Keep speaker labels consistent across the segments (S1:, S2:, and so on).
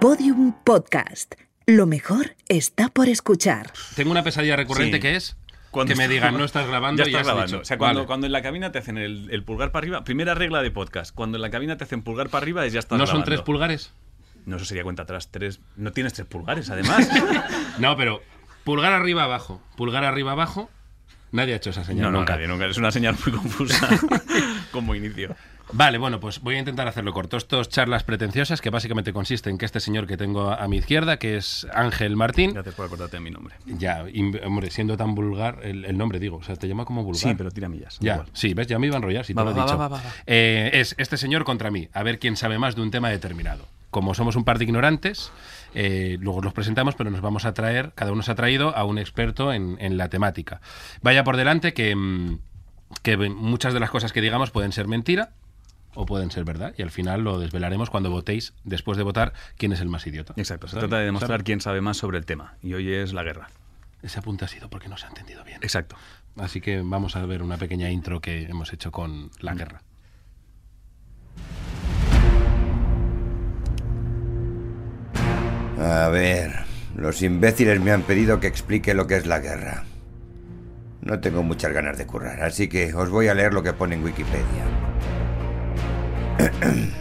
S1: Podium Podcast. Lo mejor está por escuchar.
S2: Tengo una pesadilla recurrente
S3: Sí.
S2: que es
S3: Cuando
S2: que me
S3: está-
S2: digan no estás grabando
S3: Ya
S2: y ya
S3: estás
S2: has
S3: grabando.
S2: dicho.
S3: O sea, cuando,
S2: Vale.
S3: cuando en la cabina te hacen el, el pulgar para arriba, primera regla de podcast, cuando en la cabina te hacen pulgar para arriba es ya estás
S2: no son
S3: grabando.
S2: tres pulgares. Ah,
S3: No, eso sería cuenta atrás. Tres, no tienes tres pulgares, además.
S2: No, pero pulgar arriba abajo, pulgar arriba abajo. Nadie ha hecho esa señal.
S3: no,
S2: ¿no?
S3: nunca, nunca. Es una señal muy confusa como inicio.
S2: Vale, bueno, pues voy a intentar hacerlo corto. Estos charlas pretenciosas que básicamente consisten en que este señor que tengo a mi izquierda, que es Ángel Martín,
S3: Gracias por acordarte de mi nombre.
S2: ya, in- hombre, siendo tan vulgar el, el nombre, digo, o sea, te llama como vulgar.
S3: Sí, pero tira millas. da
S2: Ya,
S3: igual.
S2: sí, ves, ya me iba a enrollar, si te
S3: Va,
S2: lo he
S3: va, va,
S2: dicho.
S3: va, va, va.
S2: Eh, es este señor contra mí, a ver quién sabe más de un tema determinado. Como somos un par de ignorantes, eh, luego los presentamos, pero nos vamos a traer, cada uno se ha traído a un experto en, en la temática. Vaya por delante que, mm, que muchas de las cosas que digamos pueden ser mentira o pueden ser verdad, y al final lo desvelaremos cuando votéis, después de votar, quién es el más idiota.
S3: Exacto. Se
S2: ¿Está
S3: trata de
S2: bien?
S3: demostrar quién sabe más sobre el tema. Y hoy es la guerra.
S2: Ese apunte ha sido porque no se ha entendido bien.
S3: Exacto.
S2: Así que vamos a ver una pequeña intro que hemos hecho con la guerra.
S4: A ver, los imbéciles me han pedido que explique lo que es la guerra. No tengo muchas ganas de currar, así que os voy a leer lo que pone en Wikipedia.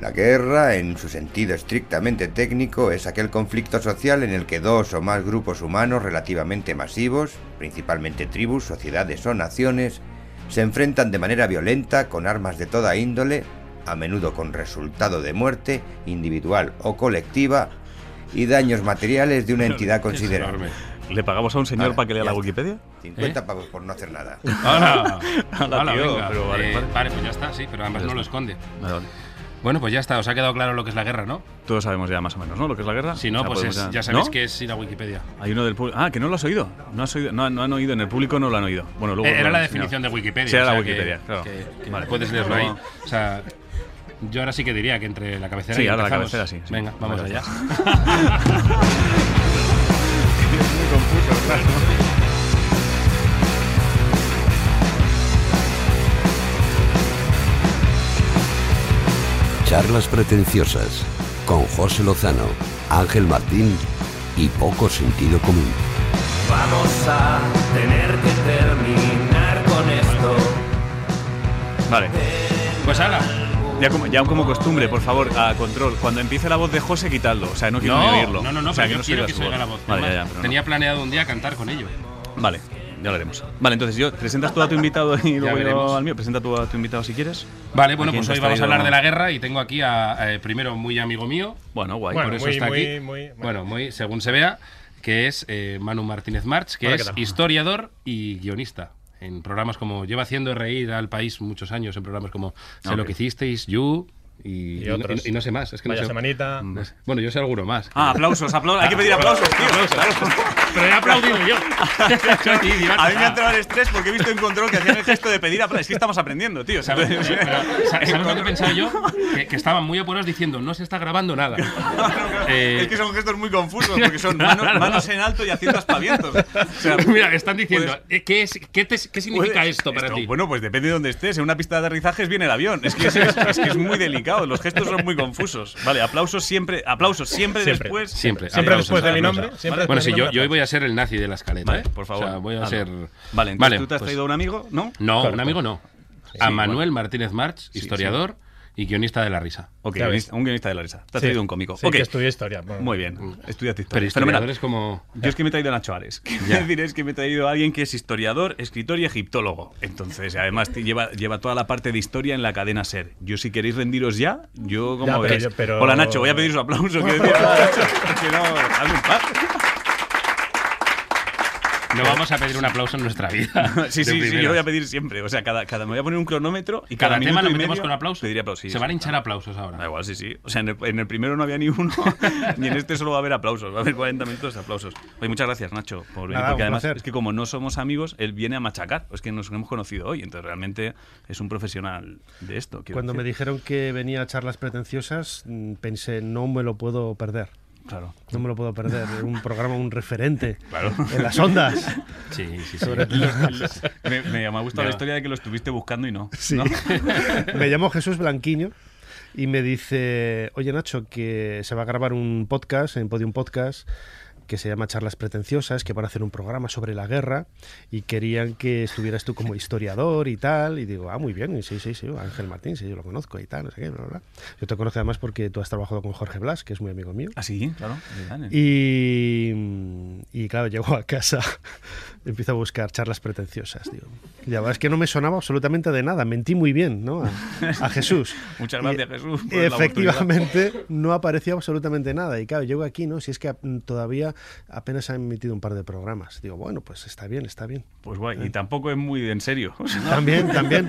S4: La guerra, en su sentido estrictamente técnico, es aquel conflicto social en el que dos o más grupos humanos relativamente masivos, principalmente tribus, sociedades o naciones, se enfrentan de manera violenta con armas de toda índole, a menudo con resultado de muerte individual o colectiva y daños materiales de una entidad considerable.
S3: ¿Le pagamos a un señor
S4: Vale,
S3: para que lea
S4: ya
S3: la
S4: está.
S3: Wikipedia? ¿Eh?
S4: 50 pavos por no hacer nada.
S2: ¡Hala!
S3: Hala,
S2: Hala,
S3: tío,
S2: venga.
S3: pero vale,
S2: Eh,
S3: vale.
S2: pues ya está, sí, pero además
S3: Ya
S2: no lo
S3: está.
S2: esconde. Bueno, pues ya está, os ha quedado claro lo que es la guerra, ¿no?
S3: Todos sabemos ya más o menos, ¿no? Lo que es la guerra.
S2: Si no,
S3: O sea,
S2: pues
S3: podemos
S2: es- ya
S3: ¿No?
S2: sabéis que es ir a Wikipedia.
S3: Hay uno del público. Ah, que no lo has oído. No, has oído. no, no han oído, en el público no lo han oído. Bueno, luego.
S2: Eh, Era
S3: lo
S2: la
S3: han enseñado.
S2: definición de Wikipedia.
S3: Sí, era
S2: o sea
S3: la
S2: que-
S3: Wikipedia, claro.
S2: que- que
S3: Vale.
S2: puedes leerlo ahí.
S3: Luego-
S2: O sea, yo ahora sí que diría que entre la cabecera
S3: Sí,
S2: y
S3: ahora la
S2: empezamos.
S3: cabecera sí, sí.
S2: Venga, vamos
S3: Vale,
S2: allá.
S5: Charlas pretenciosas con José Lozano, Ángel Martín y poco sentido común.
S6: Vamos a tener que terminar con esto.
S3: Vale.
S2: Pues ahora.
S3: Ya como, ya como costumbre, por favor, a control. Cuando empiece la voz de José, quitadlo. O sea, no quiero ni oírlo.
S2: No, no, no, no,
S3: o sea,
S2: pero yo
S3: se
S2: quiero que
S3: su
S2: se oiga la voz.
S3: Vale, ya,
S2: Además,
S3: ya, pero no.
S2: Tenía planeado un día cantar con ello.
S3: Vale, ya lo haremos. Vale, entonces yo, presentas tú a tu invitado y luego
S2: veremos.
S3: yo al mío. Presenta tú a tu invitado si quieres.
S2: Vale, bueno,
S3: ¿A
S2: pues
S3: quién te
S2: hoy
S3: has
S2: vamos a
S3: traído?
S2: hablar de la guerra y tengo aquí a, eh, primero, muy amigo mío,
S3: Bueno, guay.
S2: por
S7: Bueno,
S2: eso
S7: muy,
S2: está
S7: muy,
S2: aquí.
S7: muy- muy-
S2: bueno, muy, según se vea, que es eh, Manu Martínez March, que
S7: Hola, ¿qué
S2: es
S7: tal?
S2: historiador y guionista. En programas como lleva haciendo reír al país muchos años, en programas como Sé lo
S3: Ok.
S2: que hicisteis, You y,
S7: Y
S2: y no-
S7: otros.
S2: y no sé más. Es que no
S7: Vaya
S2: sé-
S7: semanita.
S2: no sé. Bueno, yo sé alguno más.
S3: Ah, aplausos, aplausos. Hay que pedir aplausos, tío.
S2: pero he aplaudido yo. Soy idiota.
S3: A mí me ha entrado el estrés porque he visto en control que hacían el gesto de pedir aplausos. Es que estamos aprendiendo, tío.
S2: ¿Sabes,
S3: Entonces-
S2: Eh, pero, ¿sabes lo que he pensado yo? Que, que estaban muy apurados diciendo, no se está grabando nada. Eh,
S3: Es que son gestos muy confusos porque son manos, manos en alto y haciendo aspavientos. O sea,
S2: Mira, están diciendo,
S3: puedes-
S2: eh, ¿qué, es- qué te- qué significa
S3: Puede-
S2: esto para ti?
S3: Bueno, pues depende de dónde estés. En una pista de aterrizajes viene el avión. Es que es, es- es que es muy delicado. Los gestos son muy confusos. Vale, aplausos siempre, aplausos siempre,
S7: Siempre.
S3: después.
S2: Siempre.
S7: Siempre
S2: Aplausos,
S7: después de mi
S2: aplausos.
S7: nombre, siempre
S2: bueno,
S7: después de
S2: sí,
S7: mi
S2: yo,
S7: nombre,
S2: yo hoy voy a ser el nazi de la escaleta,
S3: Vale,
S2: ¿eh?
S3: por favor.
S2: O sea, voy a
S3: hazlo.
S2: ser...
S3: Vale, entonces tú te has
S2: pues,
S3: traído a un amigo, ¿no?
S2: No, un amigo no. a Manuel Martínez March,
S3: sí.
S2: historiador y guionista de la risa.
S3: Ok,
S7: Ya ves.
S3: guionista- un guionista de la risa. Te has
S7: Sí.
S3: traído un cómico.
S7: Sí,
S3: ok,
S7: que estudié historia. Bueno, Mm.
S3: muy bien. Estudiaste
S2: Mm. Pero
S3: historia. Fenomenal.
S2: historiador es como...
S3: Yo es que me he traído a Nacho Ares.
S2: Ya.
S3: Quiero decir, es que me he traído a alguien que es historiador, escritor y egiptólogo. Entonces, además, te lleva, lleva toda la parte de historia en la cadena Ser. Yo, si queréis rendiros ya, yo como
S7: Ya, pero
S3: veáis.
S7: yo- pero-
S3: Hola, Nacho, voy a pedir su aplauso. Quiero decir, Nacho, que no, hazme un par.
S2: No vamos a pedir un aplauso en nuestra vida.
S3: Sí,
S2: de
S3: sí, sí, yo
S2: primeras.
S3: lo voy a pedir siempre. O sea, cada, cada, me voy a poner un cronómetro y cada,
S2: Cada tema
S3: minuto
S2: lo
S3: y
S2: metemos
S3: medio
S2: con aplauso.
S3: Pediré aplausos. sí,
S2: Se
S3: sí.
S2: van a hinchar aplausos
S3: Da
S2: ahora.
S3: igual, sí, sí. O sea, en el, en el primero no había ni uno y en este solo va a haber aplausos. Va a haber 40 minutos de aplausos. Oye, muchas gracias, Nacho, por venir.
S7: Nada, un
S3: porque además
S7: placer.
S3: es que como no somos amigos, él viene a machacar. Es que nos hemos conocido hoy. Entonces realmente es un profesional de esto. quiero
S8: Cuando me
S3: decir.
S8: dijeron que venía a charlas pretenciosas, mm, pensé, no me lo puedo perder.
S3: Claro.
S8: No me lo puedo perder. Un programa, un referente
S3: Claro.
S8: en las ondas.
S2: Sí, sí, sí.
S3: Me, me, me ha gustado
S2: Ya.
S3: la historia de que lo estuviste buscando y no.
S8: Sí. Me llamo Jesús Blanquiño y me dice, oye Nacho, que se va a grabar un podcast, en Podium Podcast, que se llama Charlas Pretenciosas, que van a hacer un programa sobre la guerra y querían que estuvieras tú como historiador y tal. Y digo, ah, muy bien, sí, sí, sí, Ángel Martín, sí, yo lo conozco y tal, no sé qué, bla, bla. Yo te conozco además porque tú has trabajado con Jorge Blas, que es muy amigo mío.
S3: Ah, sí, claro. Dani.
S8: Y, y claro, llego a casa, empiezo a buscar charlas pretenciosas. Digo. Y la verdad es que no me sonaba absolutamente de nada, mentí muy bien ¿no? a, a Jesús.
S3: Muchas gracias,
S8: Y-
S3: Jesús, por la
S8: Efectivamente, no aparecía absolutamente nada. Y claro, llego aquí, ¿no? Si es que mm, todavía apenas se han emitido un par de programas. Digo, bueno, pues está bien, está bien.
S3: Pues guay, y tampoco es muy de en serio.
S8: También, también.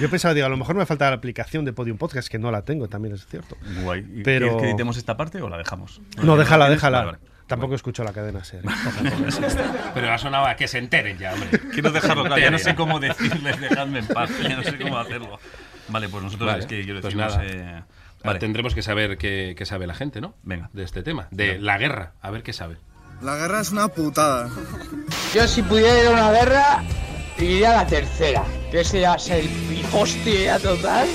S8: Yo pensaba, digo, a lo mejor me falta la aplicación de Podium Podcast, que no la tengo, también es cierto.
S3: Guay. ¿Y
S8: Pero-
S3: ¿Quieres que editemos esta parte o la dejamos?
S8: No, déjala,
S3: ¿Tienes?
S8: déjala.
S3: Vale, vale.
S8: Tampoco escucho la cadena ser.
S2: Pero ha sonado a que se enteren ya, hombre.
S3: Quiero dejarlo claro, ya
S2: Enteren.
S3: no sé cómo decirles, dejadme en paz, ya no sé cómo hacerlo. Vale, pues nosotros
S2: Vale,
S3: es que quiero
S2: pues
S3: decir
S2: nada.
S3: eh, vale.
S2: Tendremos que saber qué, qué sabe la gente, ¿no?
S3: Venga.
S2: De este tema, de la guerra, a ver qué sabe.
S7: La guerra es una putada.
S9: Yo si pudiera ir a una guerra, iría a la tercera, que ese ya es el pijostia total.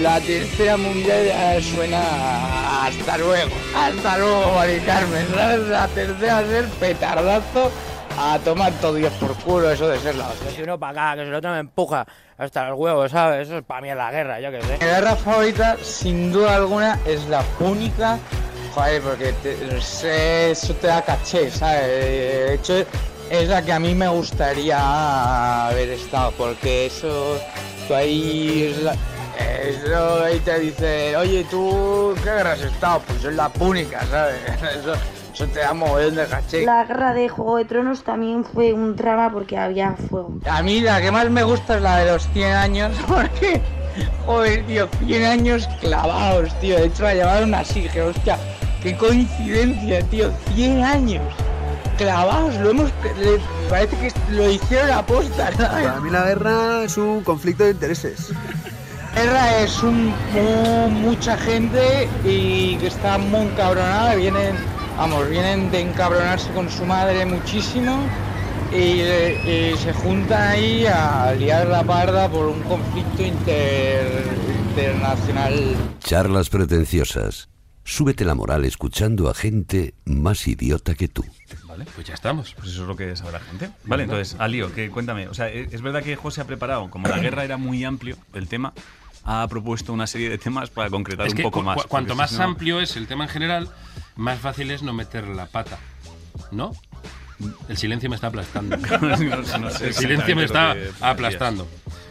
S9: La tercera mundial ya suena a- hasta luego. Hasta luego, Mari Carmen. ¿sabes? La tercera es el petardazo a tomar todo Dios por culo, eso de ser la hostia.
S10: Que si uno para acá, que si el otro me empuja hasta el huevo, ¿sabes? Eso es para mí la guerra, yo
S11: ¿eh?
S10: qué sé.
S9: Mi guerra favorita, sin duda alguna, es la púnica. Joder, porque te- no sé, eso te da caché, ¿sabes? Eh, De hecho, es la que a mí me gustaría haber estado, porque eso, tú ahí, es la- eh, eso ahí te dice, oye, ¿tú qué guerra has estado? Pues en la púnica, ¿sabes? Eso, eso te da mogollón de caché.
S12: La guerra de Juego de Tronos también fue un drama porque había fuego.
S9: A mí la que más me gusta es la de los 100 años, porque, joder, tío, 100 años clavados, tío. De hecho, la llamaron así, que hostia, qué coincidencia, tío, 100 años clavados, lo hemos. le- parece que lo hicieron a posta, ¿sabes?
S7: Para mí la guerra es un conflicto de intereses.
S9: guerra es un, mu- mucha gente y que está muy encabronada, vienen, vamos, vienen de encabronarse con su madre muchísimo y, y se juntan ahí a liar la parda por un conflicto inter- internacional
S5: Charlas pretenciosas. Súbete la moral escuchando a gente más idiota que tú.
S2: Vale, pues ya estamos.
S3: Pues eso es lo que sabe la gente. Vale, entonces, al lío, que cuéntame. O sea, e- es verdad que José ha preparado, como la guerra era muy amplio, el tema, ha propuesto una serie de temas para concretar
S2: Es
S3: un
S2: que
S3: poco
S2: cu-
S3: más.
S2: cu- cuanto
S3: porque si
S2: más
S3: no-
S2: amplio es el tema en general, más fácil es no meter la pata. ¿No? El silencio me está aplastando.
S3: no- no sé
S2: El silencio me
S3: exactamente
S2: está
S3: lo que decías.
S2: aplastando.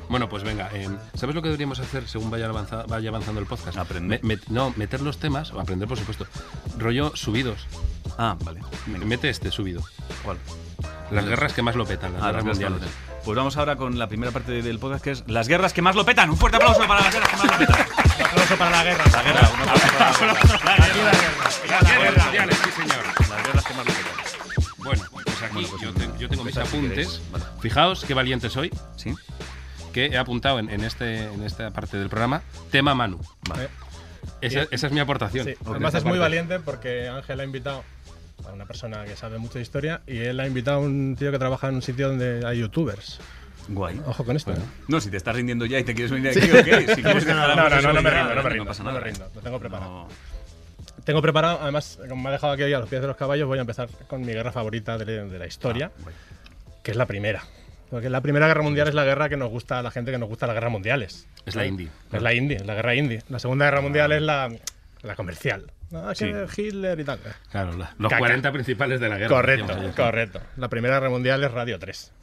S2: Bueno, pues venga, eh, ¿sabes lo que deberíamos hacer según vaya avanza- vaya avanzando el podcast?
S3: Aprender.
S2: Me- met- no, meter los temas, o aprender por supuesto, rollo subidos.
S3: Ah, vale. Venga,
S2: Mete este subido.
S3: ¿cuál?
S2: Las guerras que más lo petan, las
S3: Ah,
S2: guerras
S3: las guerras
S2: mundiales.
S3: que más lo petan. Pues vamos ahora con la primera parte del podcast, que es las guerras que más lo petan. Un fuerte aplauso para las guerras que más lo petan. Un aplauso para la guerra. La guerra, un aplauso para la guerra.
S2: Las guerras mundiales, sí señor.
S3: Las guerras que más lo petan.
S2: Bueno, pues aquí
S3: Bueno, pues
S2: yo,
S3: nada.
S2: te- yo tengo mis
S3: Empezad si
S2: apuntes.
S3: queréis. Vale.
S2: Fijaos qué valiente soy,
S3: ¿Sí?
S2: que he apuntado en, en este, en esta parte del programa, tema Manu.
S3: Vale.
S2: Esa, esa es mi aportación.
S13: Eh, Sí,
S2: Porque
S13: además
S2: esta
S13: es muy
S2: parte-
S13: valiente porque Ángel ha invitado a una persona que sabe mucho de historia y él ha invitado a un tío que trabaja en un sitio donde hay youtubers.
S3: Guay.
S13: Ojo con esto. ¿eh?
S3: No, si te estás rindiendo ya y te quieres venir aquí, ¿o qué? Si quieres dejar
S13: No,
S3: la
S13: no, no,
S3: cosa
S13: no, no me
S3: seguridad,
S13: rindo, no me rindo.
S3: pasa
S13: No
S3: nada.
S13: me rindo, lo tengo preparado.
S3: No.
S13: Tengo preparado, además, como me ha dejado aquí a los pies de los caballos, voy a empezar con mi guerra favorita de, de la historia,
S3: guay.
S13: que es la primera. Porque la Primera Guerra Mundial es la guerra que nos gusta a la gente que nos gusta las guerras mundiales.
S2: Es la indie.
S13: Es la indie, es la guerra indie. La Segunda Guerra Mundial es la, la comercial. No, es que Hitler y tal.
S2: Claro, la- los
S13: Caca.
S2: 40 principales de la guerra.
S13: Correcto,
S2: decíamos ayer.
S13: correcto. La primera guerra mundial es Radio 3.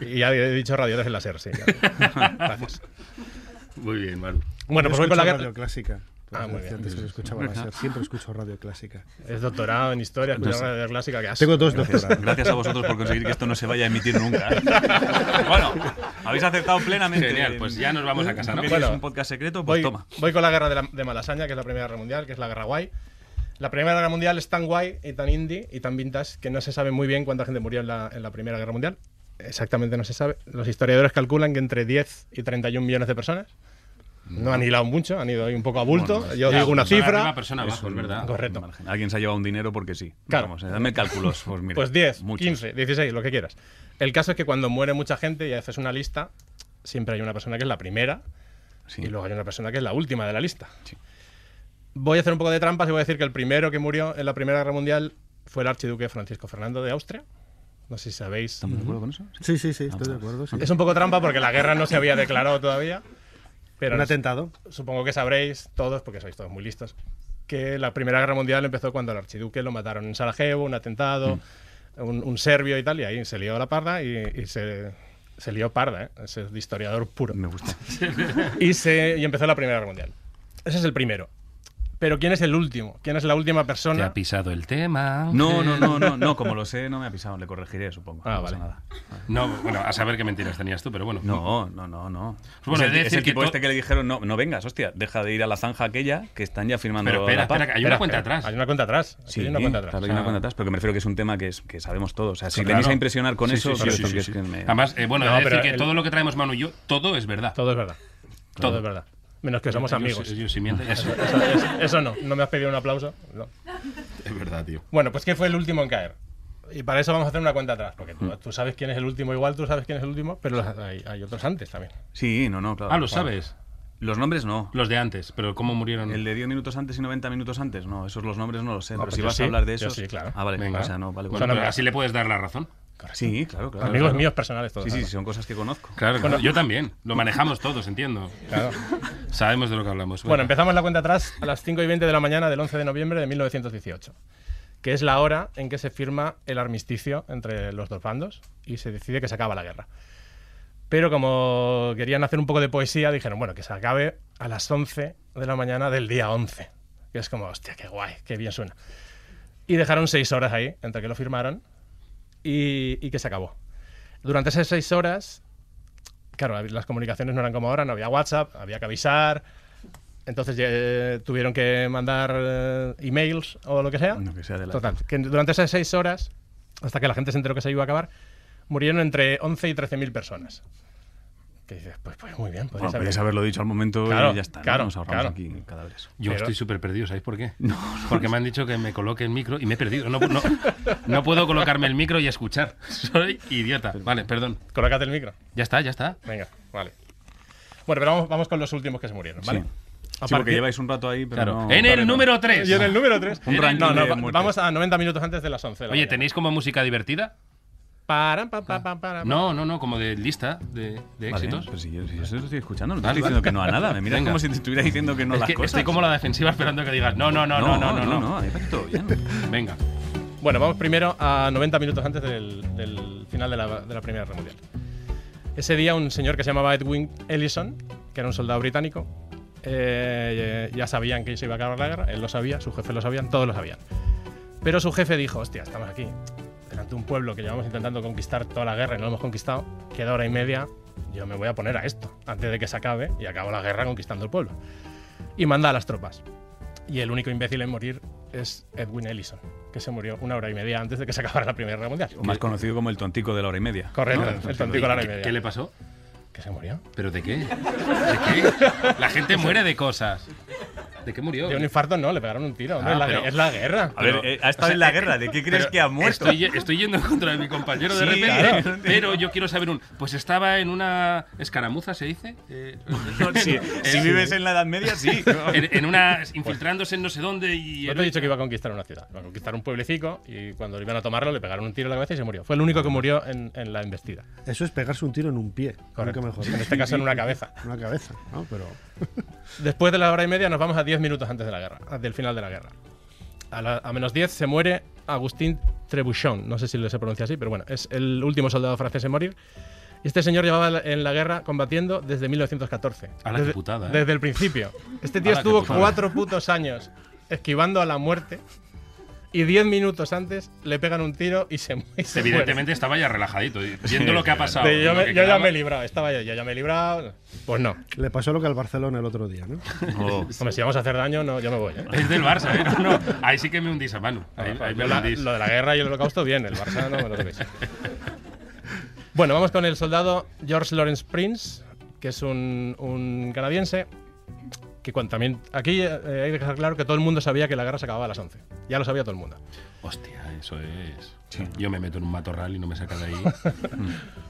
S13: y ya he dicho Radio 3 en la SER, sí. claro. Gracias.
S2: Muy bien, Manu.
S13: Bueno, pues voy con la guerra.
S8: radio clásica.
S13: Ah, muy bien.
S8: Antes que lo escuchaba la SER, siempre escucho radio clásica.
S13: Es doctorado en historia, escucha radio clásica que hace.
S8: Tengo dos
S3: Gracias,
S8: doctorados.
S3: gracias a vosotros por conseguir que esto no se vaya a emitir nunca. ¿eh? bueno, habéis aceptado plenamente.
S2: Genial, pues ya nos vamos a casa, ¿no?
S3: ¿Queréis
S13: Bueno,
S3: un podcast secreto, pues
S13: Voy,
S3: toma.
S13: voy con la guerra de, la- de Malasaña, que es la primera guerra mundial, que es la guerra guay. La primera guerra mundial es tan guay y tan indie y tan vintage que no se sabe muy bien cuánta gente murió en la, en la primera guerra mundial. Exactamente no se sabe. Los historiadores calculan que entre 10 y 31 millones de personas. No han hilado mucho, han ido ahí un poco a bulto.
S3: Bueno,
S13: Yo digo una
S2: Persona
S13: cifra.
S2: arriba, persona abajo, es verdad.
S13: Correcto.
S3: Margen. Alguien se ha llevado un dinero porque sí.
S13: Claro.
S3: Vamos, eh, dame cálculos. Pues, mira,
S13: Pues 10,
S3: muchos.
S13: 15, 16, lo que quieras. El caso es que cuando muere mucha gente y haces una lista, siempre hay una persona que es la primera Y luego hay una persona que es la última de la lista. Voy a hacer un poco de trampas y voy a decir que el primero que murió en la Primera Guerra Mundial fue el archiduque Francisco Fernando de Austria. No sé si sabéis.
S3: ¿Estamos de acuerdo con eso?
S8: Sí, sí, sí, estoy de acuerdo. sí.
S13: Es un poco trampa porque la guerra no se había declarado todavía. Pero
S8: Un atentado.
S13: Supongo que sabréis todos, porque sois todos muy listos, que la Primera Guerra Mundial empezó cuando al archiduque lo mataron en Sarajevo, un atentado,
S8: Mm.
S13: un, un serbio y tal, y ahí se lió la parda y, y se, se lió parda, ¿eh? Ese es de historiador puro. Me gusta. y, se, y empezó la Primera Guerra Mundial. Ese es el primero. Pero ¿quién es el último? ¿Quién es la última persona?
S2: Te ha pisado el tema.
S3: No,
S2: Ángel.
S3: no, no, no, no, como lo sé, no me ha pisado, le corregiré, supongo.
S2: Ah,
S3: no
S2: vale.
S3: pasa nada.
S2: No, bueno, a saber qué mentiras tenías tú, pero bueno. Pues
S3: No, no, no, no.
S2: Bueno,
S3: es
S2: he de
S3: el, es el
S2: decir que
S3: tipo
S2: to-
S3: este que le dijeron, no, no vengas, hostia, deja de ir a la zanja aquella que están ya firmando.
S2: Pero espera,
S3: la paz".
S2: espera, que hay una
S3: Espera,
S2: cuenta
S3: espera.
S2: atrás.
S13: Hay una cuenta atrás. Aquí
S3: Sí,
S13: hay una cuenta atrás.
S3: claro,
S13: O
S3: hay una
S13: sea,
S3: cuenta atrás, pero que me refiero que es un tema que, es- que sabemos todos. O sea, si
S2: Claro.
S3: venís a impresionar con
S2: Sí, sí,
S3: eso,
S2: sí,
S3: yo
S2: sí,
S3: esto
S2: sí,
S3: que es
S2: sí.
S3: que me-
S2: Además, eh, bueno,
S13: No,
S2: he de decir
S13: pero
S2: que
S13: el-
S2: todo lo que traemos Manu y yo, todo es verdad.
S13: Todo es verdad. Todo, es verdad. Menos que somos
S2: Yo- yo-
S13: amigos.
S2: Yo, sí miento, ya sé.
S13: Eso, eso- eso- eso no. ¿No me has pedido un aplauso? No.
S2: Es verdad, tío.
S13: Bueno, pues ¿qué fue el último en caer? Y para eso vamos a hacer una cuenta atrás, porque tú,
S2: Hmm.
S13: tú sabes quién es el último igual, tú sabes quién es el último, pero los- hay, hay otros antes también.
S3: Sí, no, no, claro.
S2: Ah, ¿lo
S3: Claro.
S2: sabes?
S3: Los nombres no.
S2: Los de antes, pero ¿cómo murieron?
S3: El de 10 minutos antes y 90 minutos antes, no, esos los nombres no los sé.
S13: No,
S3: pero
S13: pues
S3: si
S13: yo
S3: vas
S13: sí,
S3: a hablar de
S13: yo
S3: esos.
S13: sí, claro.
S3: Ah, vale,
S2: Venga.
S3: o sea, no, vale.
S2: Bueno,
S3: pues-
S2: pero así le puedes dar la razón.
S3: Sí, claro, claro.
S13: Amigos
S3: claro.
S13: míos personales todos.
S3: Sí, sí,
S13: además.
S3: son cosas que conozco.
S2: Claro,
S13: Bueno.
S2: yo también. Lo manejamos todos, entiendo.
S13: Claro.
S2: Sabemos de lo que hablamos.
S13: Bueno, empezamos la cuenta atrás a las 5 y 20 de la mañana del 11 de noviembre de 1918, que es la hora en que se firma el armisticio entre los dos bandos y se decide que se acaba la guerra. Pero como querían hacer un poco de poesía, dijeron, bueno, que se acabe a las 11 de la mañana del día 11. Que es como, hostia, qué guay, qué bien suena. Y dejaron seis horas ahí, entre que lo firmaron y, y que se acabó. Durante esas seis horas, claro, las comunicaciones no eran como ahora, no había WhatsApp, había que avisar. Entonces eh, tuvieron que mandar eh, emails o lo que sea.
S3: No, que sea de la-
S13: Total, que durante esas seis horas, hasta que la gente se enteró que se iba a acabar, murieron entre 11 y 13 mil personas. Que dices, pues, pues muy bien,
S3: Bueno,
S13: podéis haber-
S3: podéis haberlo dicho al momento
S13: Claro,
S3: y ya está. ¿no?
S13: claro,
S3: Nos ahorramos
S13: claro.
S3: aquí cadáveres.
S2: Yo
S13: Pero-
S2: estoy súper perdido, ¿sabéis por qué? Porque me han dicho que me coloque el micro y me he perdido. No, no, no puedo colocarme el micro y escuchar. Soy idiota. Vale, perdón.
S13: Colócate el micro.
S2: Ya está, ya está.
S13: Venga, vale. Bueno, pero vamos, vamos con los últimos que se murieron, ¿vale?
S3: Sí.
S13: A
S3: Sí, porque
S13: partir-
S3: lleváis un rato ahí, pero
S2: Claro.
S3: no-
S2: En el
S3: vale, no.
S2: número 3.
S13: Y en el número 3.
S3: Un ranking
S13: no, no,
S3: de
S13: va-
S3: muertes.
S13: vamos a 90 minutos antes de las 11. de la
S2: Oye,
S13: mañana.
S2: ¿tenéis como música divertida? Ah.
S13: Param, pa, pa, pa, param.
S2: No, no, no, como de lista de, de
S3: Vale, pues
S2: éxitos.
S3: pero si yo, si yo eso lo estoy escuchando, no te
S2: Vale,
S3: estoy diciendo
S2: vale.
S3: que no a nada. Me miras
S2: Venga.
S3: como si te estuviera diciendo que no a
S2: Es
S3: las
S2: que
S3: cosas.
S2: estoy como la defensiva esperando que digas no, no, no, no, no, no.
S3: no,
S2: no,
S3: no, a mí me parece todo bien.
S2: Venga.
S13: Bueno, vamos primero a 90 minutos antes del, del final de la, de la Primera Guerra Mundial. Ese día un señor que se llamaba Edwin Ellison, que era un soldado británico, eh, ya sabían que se iba a acabar la guerra, él lo sabía, su jefe lo sabían, todos lo sabían. Pero su jefe dijo, hostia, estamos aquí, delante de un pueblo que llevamos intentando conquistar toda la guerra y no lo hemos conquistado, queda hora y media, yo me voy a poner a esto, antes de que se acabe y acabo la guerra conquistando el pueblo. Y manda a las tropas. Y el único imbécil en morir es Edwin Ellison, que se murió una hora y media antes de que se acabara la Primera Guerra Mundial.
S3: O más conocido como el tontico de la hora y media.
S13: Correcto,
S3: ¿no?
S13: el tontico a la hora y
S2: ¿Qué,
S13: media.
S2: qué le pasó?
S13: ¿Que se murió?
S2: ¿Pero de qué? ¿De qué? La gente muere de cosas. ¿De qué murió?
S13: De un infarto no, le pegaron un tiro. hombre,
S2: Ah,
S13: es, la,
S2: pero-
S13: es la guerra.
S3: A ver,
S2: Pero-
S3: eh, ha
S2: o
S3: estado
S2: sea,
S3: en la
S2: eh,
S3: guerra. ¿De qué
S2: Pero
S3: crees que ha muerto?
S2: Estoy, estoy yendo en contra de mi compañero de
S3: Sí,
S2: repente,
S3: claro.
S2: pero yo quiero saber un. Pues estaba en una escaramuza, se dice. Eh,
S3: No, si, si
S2: en-
S3: vives en la Edad Media, sí.
S2: en, en una infiltrándose en no sé dónde y.
S13: Yo te Pues he dicho que iba a conquistar una ciudad. Iba a conquistar un pueblecico y cuando le iban a tomarlo le pegaron un tiro en la cabeza y se murió. Fue el único que murió en, en la embestida.
S8: Eso es pegarse un tiro en un pie.
S13: Correcto.
S8: Nunca mejor.
S13: En este caso en una cabeza.
S8: En una cabeza, ¿no? Pero
S13: Después de la hora y media nos vamos a 10 minutos antes de la guerra, del final de la guerra. A, la- a menos 10 se muere Agustín Trebuchon. No sé si lo se pronuncia así, pero bueno, es el último soldado francés en morir. Y Este señor llevaba en la guerra combatiendo desde 1914.
S2: Ala, qué
S13: desde,
S2: putada, ¿eh?
S13: desde el principio. Este tío
S2: Ala, qué
S13: estuvo
S2: putada.
S13: cuatro putos años esquivando a la muerte y 10 minutos antes le pegan un tiro y se, mu- y se muere.
S2: Evidentemente estaba ya relajadito, y viendo lo que ha pasado.
S13: De, yo,
S2: lo
S13: me-
S2: que
S13: yo ya
S2: quedaba.
S13: me he librado, estaba yo, yo ya me he librado. Pues no.
S8: le pasó lo que al Barcelona el otro día, ¿no?
S3: Oh.
S13: Hombre, si vamos a hacer daño, no, yo me voy. ¿eh?
S2: Es del Barça, ¿eh? No, no, ahí sí que me hundís a mano. Ahí, ahí me
S13: Yo Ah, la-
S2: hundís.
S13: lo de la guerra y el holocausto, bien, el Barça no me lo toquéis. Bueno, vamos con el soldado George Lawrence Prince, que es un, un canadiense que cuando también. Aquí eh, hay que dejar claro que todo el mundo sabía que la guerra se acababa a las 11. Ya lo sabía todo el mundo.
S2: Hostia, eso es. Yo me meto en un matorral y no me saca de ahí.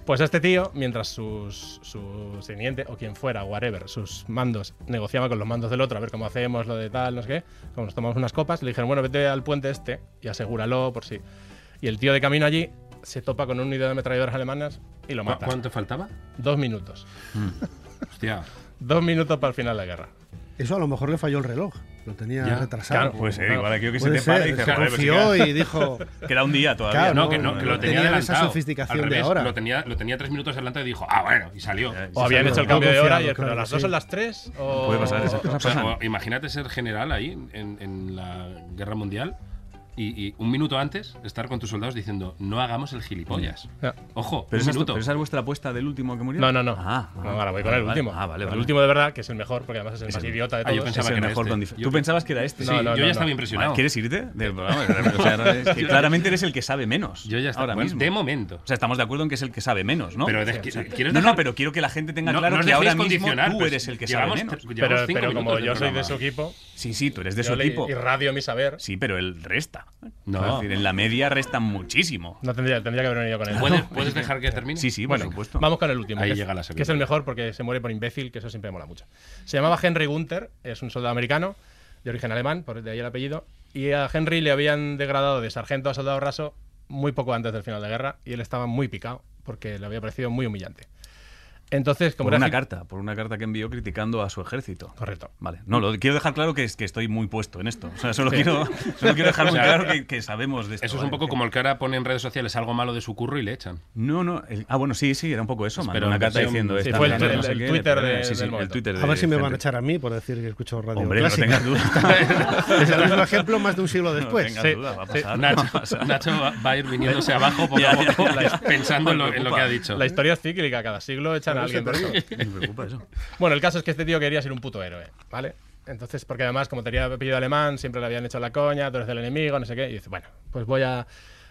S13: Pues este tío, mientras sus, su teniente o quien fuera, whatever, sus mandos, negociaba con los mandos del otro, a ver cómo hacemos, lo de tal, no sé qué, como nos tomamos unas copas, le dijeron, bueno, vete al puente este y asegúralo por si. Y el tío de camino allí se topa con un unidad de ametralladoras alemanas y lo
S2: ¿Cu-
S13: mata.
S2: cuánto faltaba?
S13: Dos minutos.
S2: Hostia.
S13: Dos minutos para el final de la guerra.
S8: Eso a lo mejor le falló el reloj. Lo tenía
S13: Ya.
S8: retrasado.
S13: Claro, puede ser, igual aquí
S8: creo
S13: que se te para y dices, joder,
S8: confió
S13: pues si queda-
S8: y dijo.
S3: Queda un día todavía.
S8: Claro,
S2: no, que, no, que lo tenía
S8: esa
S2: adelantado.
S8: sofisticación
S2: Al
S8: de
S2: revés,
S8: ahora.
S2: Lo tenía, lo tenía tres minutos adelante y dijo, ah, bueno, y salió.
S13: O habían hecho el cambio de hora, y, pero a las dos son las tres. O...
S2: Puede pasar esas
S13: o-
S2: cosas. imagínate ser general ahí en, en la guerra mundial y, y un minuto antes estar con tus soldados diciendo no hagamos el gilipollas.
S13: Ya.
S2: Ojo,
S3: Pero
S2: un
S3: esa, es,
S2: minuto.
S3: pero esa es vuestra apuesta del último que murió.
S13: No, no, no.
S3: Ah,
S13: No,
S3: vale.
S13: ahora voy con
S3: Vale,
S13: el
S3: vale.
S13: último.
S3: Ah, vale,
S13: El
S3: vale.
S13: último de verdad, que es el mejor, porque además es el
S3: Es
S13: más
S3: el-
S13: idiota de
S3: Ah,
S13: todos.
S3: yo pensaba
S13: Es el
S3: que era
S13: mejor
S3: este.
S13: con
S3: Yo- ¿Tú pensabas que era este?
S13: No, no, no, no.
S3: Vale, ¿Quieres irte del programa? O sea, es que
S2: Yo-
S3: claramente eres el que sabe menos. Yo ya
S2: está-
S3: ahora
S2: bueno,
S3: mismo.
S2: de momento.
S3: O sea, estamos de acuerdo en que es el que sabe menos, ¿no?
S2: Pero
S3: O sea,
S2: es que-
S3: o sea,
S2: ¿quieres
S3: no,
S2: dejar-
S3: no, pero quiero que la gente tenga
S2: No-
S3: claro
S2: no os
S3: que ahora
S2: dejéis
S3: mismo
S2: condicionar,
S3: tú
S2: pues,
S3: eres el que
S2: llevamos
S3: sabe
S2: tre-
S3: menos.
S2: llevamos Pero- cinco pero minutos
S13: como del yo soy de programa. su equipo-
S3: Sí, sí, tú eres de
S13: Yo
S3: su
S13: le
S3: equipo.
S13: irradio mi saber.
S3: Sí, pero él resta.
S2: No.
S3: Es decir, en la media restan muchísimo.
S13: No tendría, tendría que haber venido con él.
S3: ¿Puedes- puedes dejar que termine? Sí, sí, por supuesto.
S13: Vamos con el último.
S3: Ahí
S13: que es-
S3: llega la
S13: Que es el mejor porque se muere por imbécil, que eso siempre mola mucho. Se llamaba Henry Gunther, es un soldado americano, de origen alemán, por de ahí el apellido. Y a Henry le habían degradado de sargento a soldado raso muy poco antes del final de la guerra y él estaba muy picado porque le había parecido muy humillante. Entonces, como
S3: por
S13: era
S3: una
S13: eje-
S3: carta, por una carta que envió criticando a su ejército.
S13: Correcto.
S3: Vale. No, lo quiero dejar claro que, es, que estoy muy puesto en esto. O sea, solo,
S2: Sí.
S3: quiero, solo quiero dejar muy
S2: O sea,
S3: claro que, que sabemos de esto.
S2: Eso es un
S3: vale.
S2: poco como el que ahora pone en redes sociales algo malo de su curro y le echan.
S3: No, no. el- ah, bueno, sí, sí, era un poco eso. mandó
S2: Pero
S3: una
S2: en
S3: carta
S2: versión-
S3: diciendo
S2: sí,
S3: esta
S2: fue el-
S3: carta, no
S2: el-
S3: sé
S2: el
S3: qué,
S2: Twitter
S3: etcétera.
S2: de-
S3: Sí, sí,
S2: del
S3: el
S2: momento.
S3: Twitter de
S8: A ver si me van a
S3: Henry.
S8: echar a mí por decir que escucho radio.
S3: Hombre, no
S8: clásica.
S3: tengas duda.
S8: es el mismo ejemplo más de un siglo después.
S3: tengas duda, va a pasar, va a
S2: Nacho,
S3: pasar.
S2: Nacho va, va a ir viniéndose abajo poco a
S3: Ya, ya,
S2: poco
S3: ya, ya.
S2: pensando en lo,
S3: Me
S2: en lo que
S3: preocupa.
S2: ha dicho.
S13: La historia es cíclica, cada siglo echan a
S3: Por eso
S13: alguien.
S3: te
S13: por eso.
S3: digo. Me preocupa eso.
S13: Bueno, el caso es que este tío quería ser un puto héroe, ¿vale? Entonces, porque además, como tenía apellido alemán, siempre le habían hecho la coña, tú eres del enemigo, no sé qué. Y dice, bueno, pues voy a.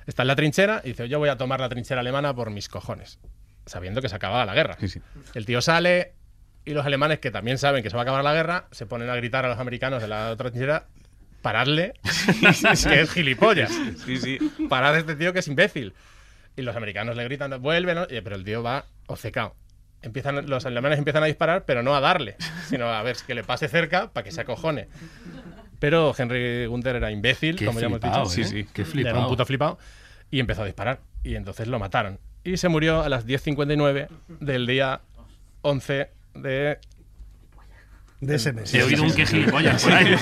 S13: Está en la trinchera y dice, yo voy a tomar la trinchera alemana por mis cojones, sabiendo que se acababa la guerra. El tío sale y los alemanes, que también saben que se va a acabar la guerra, se ponen a gritar a los americanos de la otra trinchera. Paradle, que es gilipollas.
S3: Sí, sí.
S13: Parad a este tío que es imbécil. Y los americanos le gritan, vuelven, pero el tío va obcecado. Empiezan, los alemanes empiezan a disparar, pero no a darle, sino a ver que le pase cerca para que se acojone. Pero Henry Gunther era imbécil,
S2: Qué
S13: como ya hemos
S2: flipao,
S13: dicho.
S2: ¿eh? Sí, sí. Qué
S13: Era
S2: flipao.
S13: un puto flipado. Y empezó a disparar. Y entonces lo mataron. Y se murió a las 10.59 del día 11 de
S8: De ese mes.
S2: He oído un que gilipollas por ahí.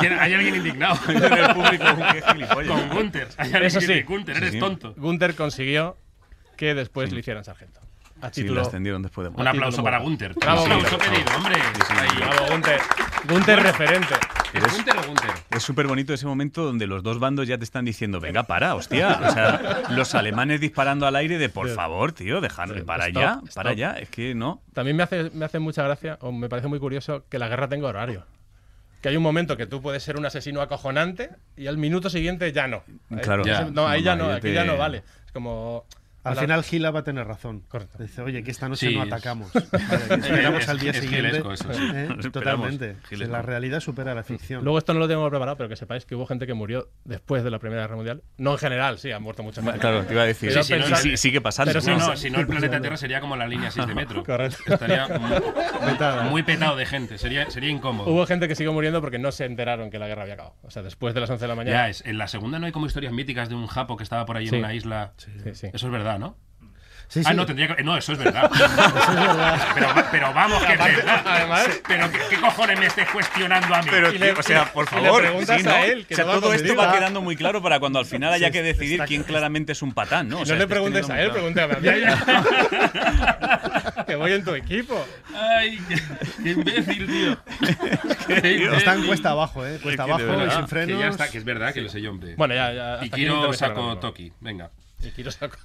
S2: ¿Quién- Hay alguien indignado en el público. un que gilipollas. Con Gunther. Hay alguien
S13: Eso
S2: que
S13: sí.
S2: dice, Gunther, eres tonto.
S13: Gunther consiguió que después le hicieran sargento. A
S3: Sí,
S13: título-
S3: lo ascendieron después de
S2: Un aplauso para Gunther.
S13: Bravo,
S2: Un
S13: Gunther.
S2: aplauso pedido, hombre. Ahí.
S13: Bravo, Gunther. Gunther referente.
S2: ¿Es Gunther o Gunther?
S3: Es súper bonito ese momento donde los dos bandos ya te están diciendo, venga, para, hostia. O sea, los alemanes disparando al aire de, por
S13: Sí.
S3: favor, tío, dejar, para
S13: stop,
S3: allá, para
S13: stop.
S3: allá. Es que no.
S13: También me hace, me hace mucha gracia, o me parece muy curioso, que la guerra tenga horario. Que hay un momento que tú puedes ser un asesino acojonante y al minuto siguiente ya no. Ahí-
S3: Claro.
S13: no,
S3: Ya.
S13: no, ahí ya no,
S3: Ahí
S13: aquí
S3: te-
S13: ya no vale. Es como.
S8: Al
S13: Hola.
S8: final Gila va a tener razón.
S13: Correcto.
S8: Dice, oye, que esta noche
S2: Sí,
S8: no
S2: es-
S8: atacamos. Vale, que esperamos
S2: Es-
S8: al día
S2: es
S8: siguiente.
S2: gilesco eso, sí.
S8: ¿Eh?
S2: Esperamos,
S8: Totalmente. Si
S2: gilesco.
S8: la realidad supera la ficción.
S13: Luego esto no lo tengo preparado, pero que sepáis que hubo gente que murió después de la Primera Guerra Mundial. No en general, sí, han muerto muchas
S3: Bueno,
S13: gente.
S3: claro, te iba a decir.
S13: Pero
S3: Sí, sí, no,
S13: pensad-
S3: sí, sí, sigue pasando.
S13: pero
S3: Sí,
S2: No,
S13: sí,
S2: no, si no el planeta Tierra sería como la línea 6 de metro.
S13: Correcto.
S2: Estaría muy,
S13: Petada.
S2: muy petado de gente, sería, sería incómodo.
S13: Hubo gente que siguió muriendo porque no se enteraron que la guerra había acabado. O sea, después de las 11 de la mañana.
S2: Ya, es, en la segunda no hay como historias míticas de un japo que estaba por ahí
S13: Sí.
S2: en una isla.
S13: Sí, sí.
S2: Eso es verdad, ¿no?
S8: Sí,
S2: Ah,
S8: sí.
S2: no, tendría que... No, eso es verdad. Pero, va- pero vamos, que es
S13: Aparte,
S2: verdad.
S13: además-
S2: pero ¿qué, qué cojones me estés cuestionando a mí?
S3: Pero,
S13: Y le-
S3: tío, o sea, por
S13: y le
S3: favor,
S13: preguntas
S3: sí, ¿no?
S13: a él, que
S3: o sea,
S13: no va
S3: todo esto
S13: conmigo.
S3: va
S13: Ah.
S3: quedando muy claro para cuando al final haya
S13: Sí,
S3: que decidir
S13: está-
S3: quién claramente es un patán, ¿no? O
S13: no
S3: sea,
S13: le
S3: estás
S13: preguntes a él,
S3: teniendo muy
S13: pregúntame a mí. que voy en tu equipo.
S2: Ay, qué, qué imbécil, tío. Qué imbécil.
S8: Están cuesta abajo, ¿eh? Cuesta
S3: Es que
S8: abajo
S3: de
S8: y
S3: verdad,
S8: sin
S2: Que
S8: frenos.
S2: ya está, que es verdad que lo sé yo, hombre.
S13: Bueno, ya, ya, hasta
S2: Y
S13: aquí
S2: quiero
S13: interesa ahora
S2: saco
S13: mismo.
S2: Toki, venga.
S13: Y quiero saco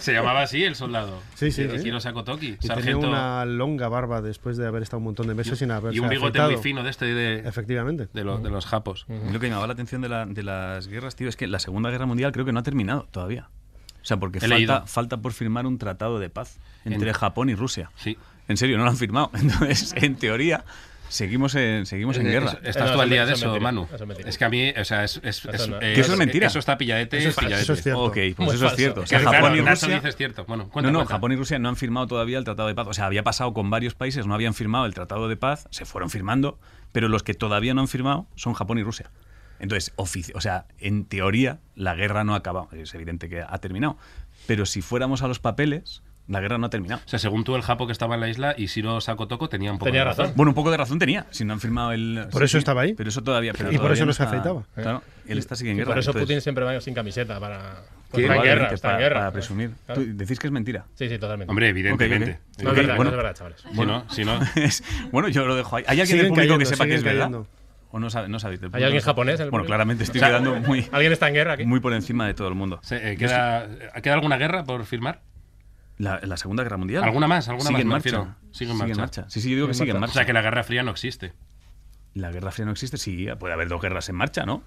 S2: Se llamaba así el soldado.
S8: Sí, sí, sí.
S2: Ikiro Sakotoki,
S8: Y tenía
S2: sargento.
S8: una longa barba después de haber estado un montón de meses sin haberse
S2: Y un bigote
S8: afeitado.
S2: muy fino de este de,
S8: Efectivamente.
S2: de, lo- de los japos.
S3: claro. Lo que me llamaba la atención de, la- de las guerras, tío, es que la Segunda Guerra Mundial creo que no ha terminado todavía. O sea, porque
S2: He leído.
S3: falta, falta por firmar un tratado de paz entre
S2: En-
S3: Japón y Rusia.
S2: Sí.
S3: En serio, no lo han firmado. Entonces, en teoría, seguimos en, seguimos en
S2: Eh,
S3: guerra.
S2: eso- Estás tú al día de eso, Manu. Es que a mí, o sea, es. es,
S3: Eso no.
S2: eh,
S3: ¿Que eso es mentira?
S2: Eso está pilladete.
S3: Eso es falso.
S2: pilladete.
S3: Eso es cierto. Ok, pues Muy eso es falso. cierto. O sea,
S2: Claro,
S3: Japón y
S2: claro,
S3: Rusia-
S2: Eso dices cierto. Bueno, cuenta,
S3: no, no,
S2: cuenta.
S3: Japón y Rusia no han firmado todavía el Tratado de Paz. O sea, había pasado con varios países, no habían firmado el Tratado de Paz, se fueron firmando, pero los que todavía no han firmado son Japón y Rusia. Entonces, ofici- o sea, en teoría, la guerra no ha acabado. Es evidente que ha terminado. Pero si fuéramos a los papeles, la guerra no ha terminado.
S2: O sea, según tú, el Japo que estaba en la isla y Shiro Sakotoko tenía un poco de razón.
S3: Bueno, un poco de razón tenía, si no han firmado el...
S8: Por
S3: sí,
S8: eso
S3: sí,
S8: estaba ahí.
S3: Pero eso todavía... pero
S8: Y por
S3: todavía
S8: eso
S3: no
S8: no se
S3: está-
S8: afectaba.
S3: Claro, él está sigue en
S13: Y
S3: guerra.
S13: Por eso
S3: entonces-
S13: Putin siempre va sin camiseta para.
S3: ¿Qué?
S13: Está en guerra,
S3: Probablemente
S13: está en
S3: para-
S13: guerra. pues.
S3: para presumir.
S13: Claro.
S3: Tú decís que es mentira.
S13: Sí, sí, totalmente.
S2: Hombre, evidentemente.
S3: Ok, ok.
S13: No es
S3: Ok,
S13: verdad, no es verdad, chavales.
S2: Si no, si no.
S3: Es- bueno, yo lo dejo ahí. ¿Hay alguien
S13: Siguen
S3: del público que
S13: cayendo,
S3: sepa que es
S13: siguen
S3: verdad?
S13: cayendo.
S3: ¿O no, sabe- no sabéis? del
S13: ¿Hay
S3: público?
S13: alguien japonés en el
S3: Bueno,
S13: público?
S3: claramente estoy
S13: O sea,
S3: quedando muy...
S13: ¿Alguien está en guerra aquí?
S3: Muy por encima de todo el mundo.
S2: Se- eh,
S3: Yo
S2: queda, ¿Queda alguna guerra por firmar?
S3: estoy- la, la Segunda Guerra Mundial.
S2: ¿Alguna más? ¿Alguna
S3: sigue
S2: más?
S3: En
S2: me
S3: marcha.
S2: refiero? Sigue en marcha.
S3: Sí, sí, yo digo que sigue en marcha.
S2: O sea, que la Guerra Fría no existe.
S3: La Guerra Fría no existe. Sí, puede haber dos guerras en marcha, ¿no?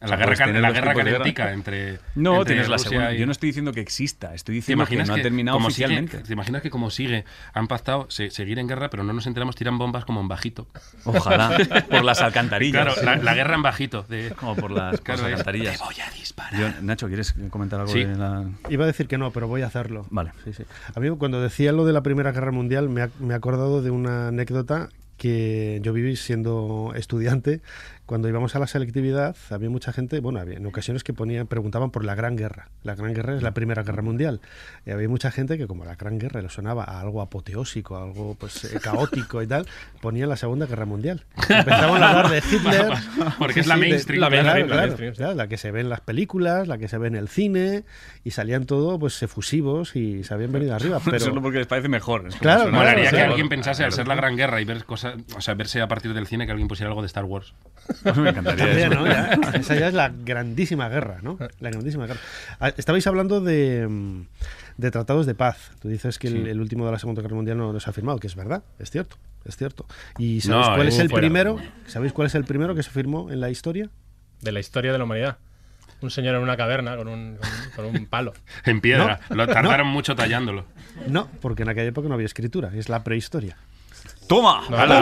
S2: La
S3: O sea, pues
S2: guerra
S3: puedes
S2: cal-
S3: tener
S2: la
S3: dos
S2: guerra
S3: tipos de
S2: calentica entre-
S3: No,
S2: entre
S3: tienes la
S2: Rusia
S3: segunda.
S2: y-
S3: Yo no estoy diciendo que exista. Estoy
S2: ¿Te
S3: diciendo que
S2: imaginas
S3: no
S2: que,
S3: ha terminado
S2: como sigue-
S3: oficialmente.
S2: ¿Te imaginas que como sigue han pactado se- seguir en guerra, pero no nos enteramos, tiran bombas como en bajito?
S3: Ojalá, por las alcantarillas.
S2: Claro, la, la guerra en bajito. De...
S3: Como por las, por las
S2: Claro, es,
S3: alcantarillas.
S2: "Te voy a disparar".
S3: Yo- Nacho, ¿quieres comentar algo
S2: Sí.
S3: de la...?
S8: Iba a decir que no, pero voy a hacerlo.
S3: Vale.
S8: Sí, sí. A mí cuando decía lo de la Primera Guerra Mundial me ha- me he acordado de una anécdota que yo viví siendo estudiante. Cuando íbamos a la selectividad había mucha gente, bueno, había en ocasiones que ponían, preguntaban por la Gran Guerra. La Gran Guerra es la Primera Guerra Mundial. Y había mucha gente que como la Gran Guerra le sonaba a algo apoteósico, a algo pues eh, caótico y tal, ponía la Segunda Guerra Mundial. Empezaban a hablar de Hitler.
S2: Porque es la
S8: de-
S2: mainstream.
S8: claro,
S2: La mainstream,
S8: claro,
S2: la mainstream.
S8: o sea, la que se ve en las películas, la que se ve en el cine, y salían todo pues efusivos y se habían venido arriba.
S3: Solo
S8: Pero
S3: porque les parece mejor. Es como
S8: Claro,
S3: suena-
S2: Molaría
S8: o sea,
S2: que alguien pensase al ser la Gran Guerra y ver cosas, o sea, verse a partir del cine que alguien pusiera algo de Star Wars.
S3: Pues Me encantaría
S8: También,
S3: eso.
S8: ¿no? Ya, esa ya es la grandísima guerra, ¿no? La grandísima guerra. Ah, Estabais hablando de, mm, de tratados de paz. Tú dices que el,
S2: Sí.
S8: el último de la Segunda Guerra Mundial no nos ha firmado, que es verdad, es cierto, es cierto. ¿Y
S2: No,
S8: sabéis cuál es
S2: eh,
S8: el
S2: fuera.
S8: primero? ¿Sabéis cuál es el primero que se firmó en la historia?
S13: De la historia de la humanidad. Un señor en una caverna con un, con un- con un palo.
S2: En piedra.
S8: No,
S2: Lo tardaron mucho tallándolo.
S8: No, porque en aquella época no había escritura, es la prehistoria.
S3: ¡Toma!
S13: ¡Hala!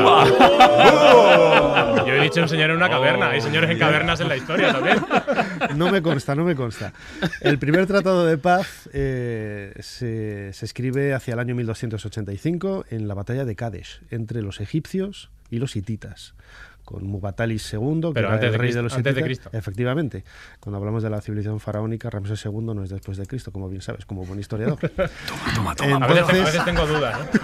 S13: Yo he dicho un señor en
S2: Oh.
S13: una caverna. Hay señores en cavernas en la historia también.
S8: No me consta, no me consta. El primer tratado de paz eh, se, se escribe hacia el año 1285 en la batalla de Kadesh, entre los egipcios y los hititas, con Mubatalis II, que
S13: Pero
S8: era
S13: antes
S8: el
S13: de
S8: rey
S13: Cristo-
S8: de los
S13: antes de
S8: hititas.
S13: Cristo.
S8: Efectivamente. Cuando hablamos de la civilización faraónica, Ramsés II no es después de Cristo, como bien sabes, como buen historiador.
S3: Toma,
S13: A
S3: toma.
S13: veces, a
S8: Entonces-
S13: veces tengo dudas. ¿eh?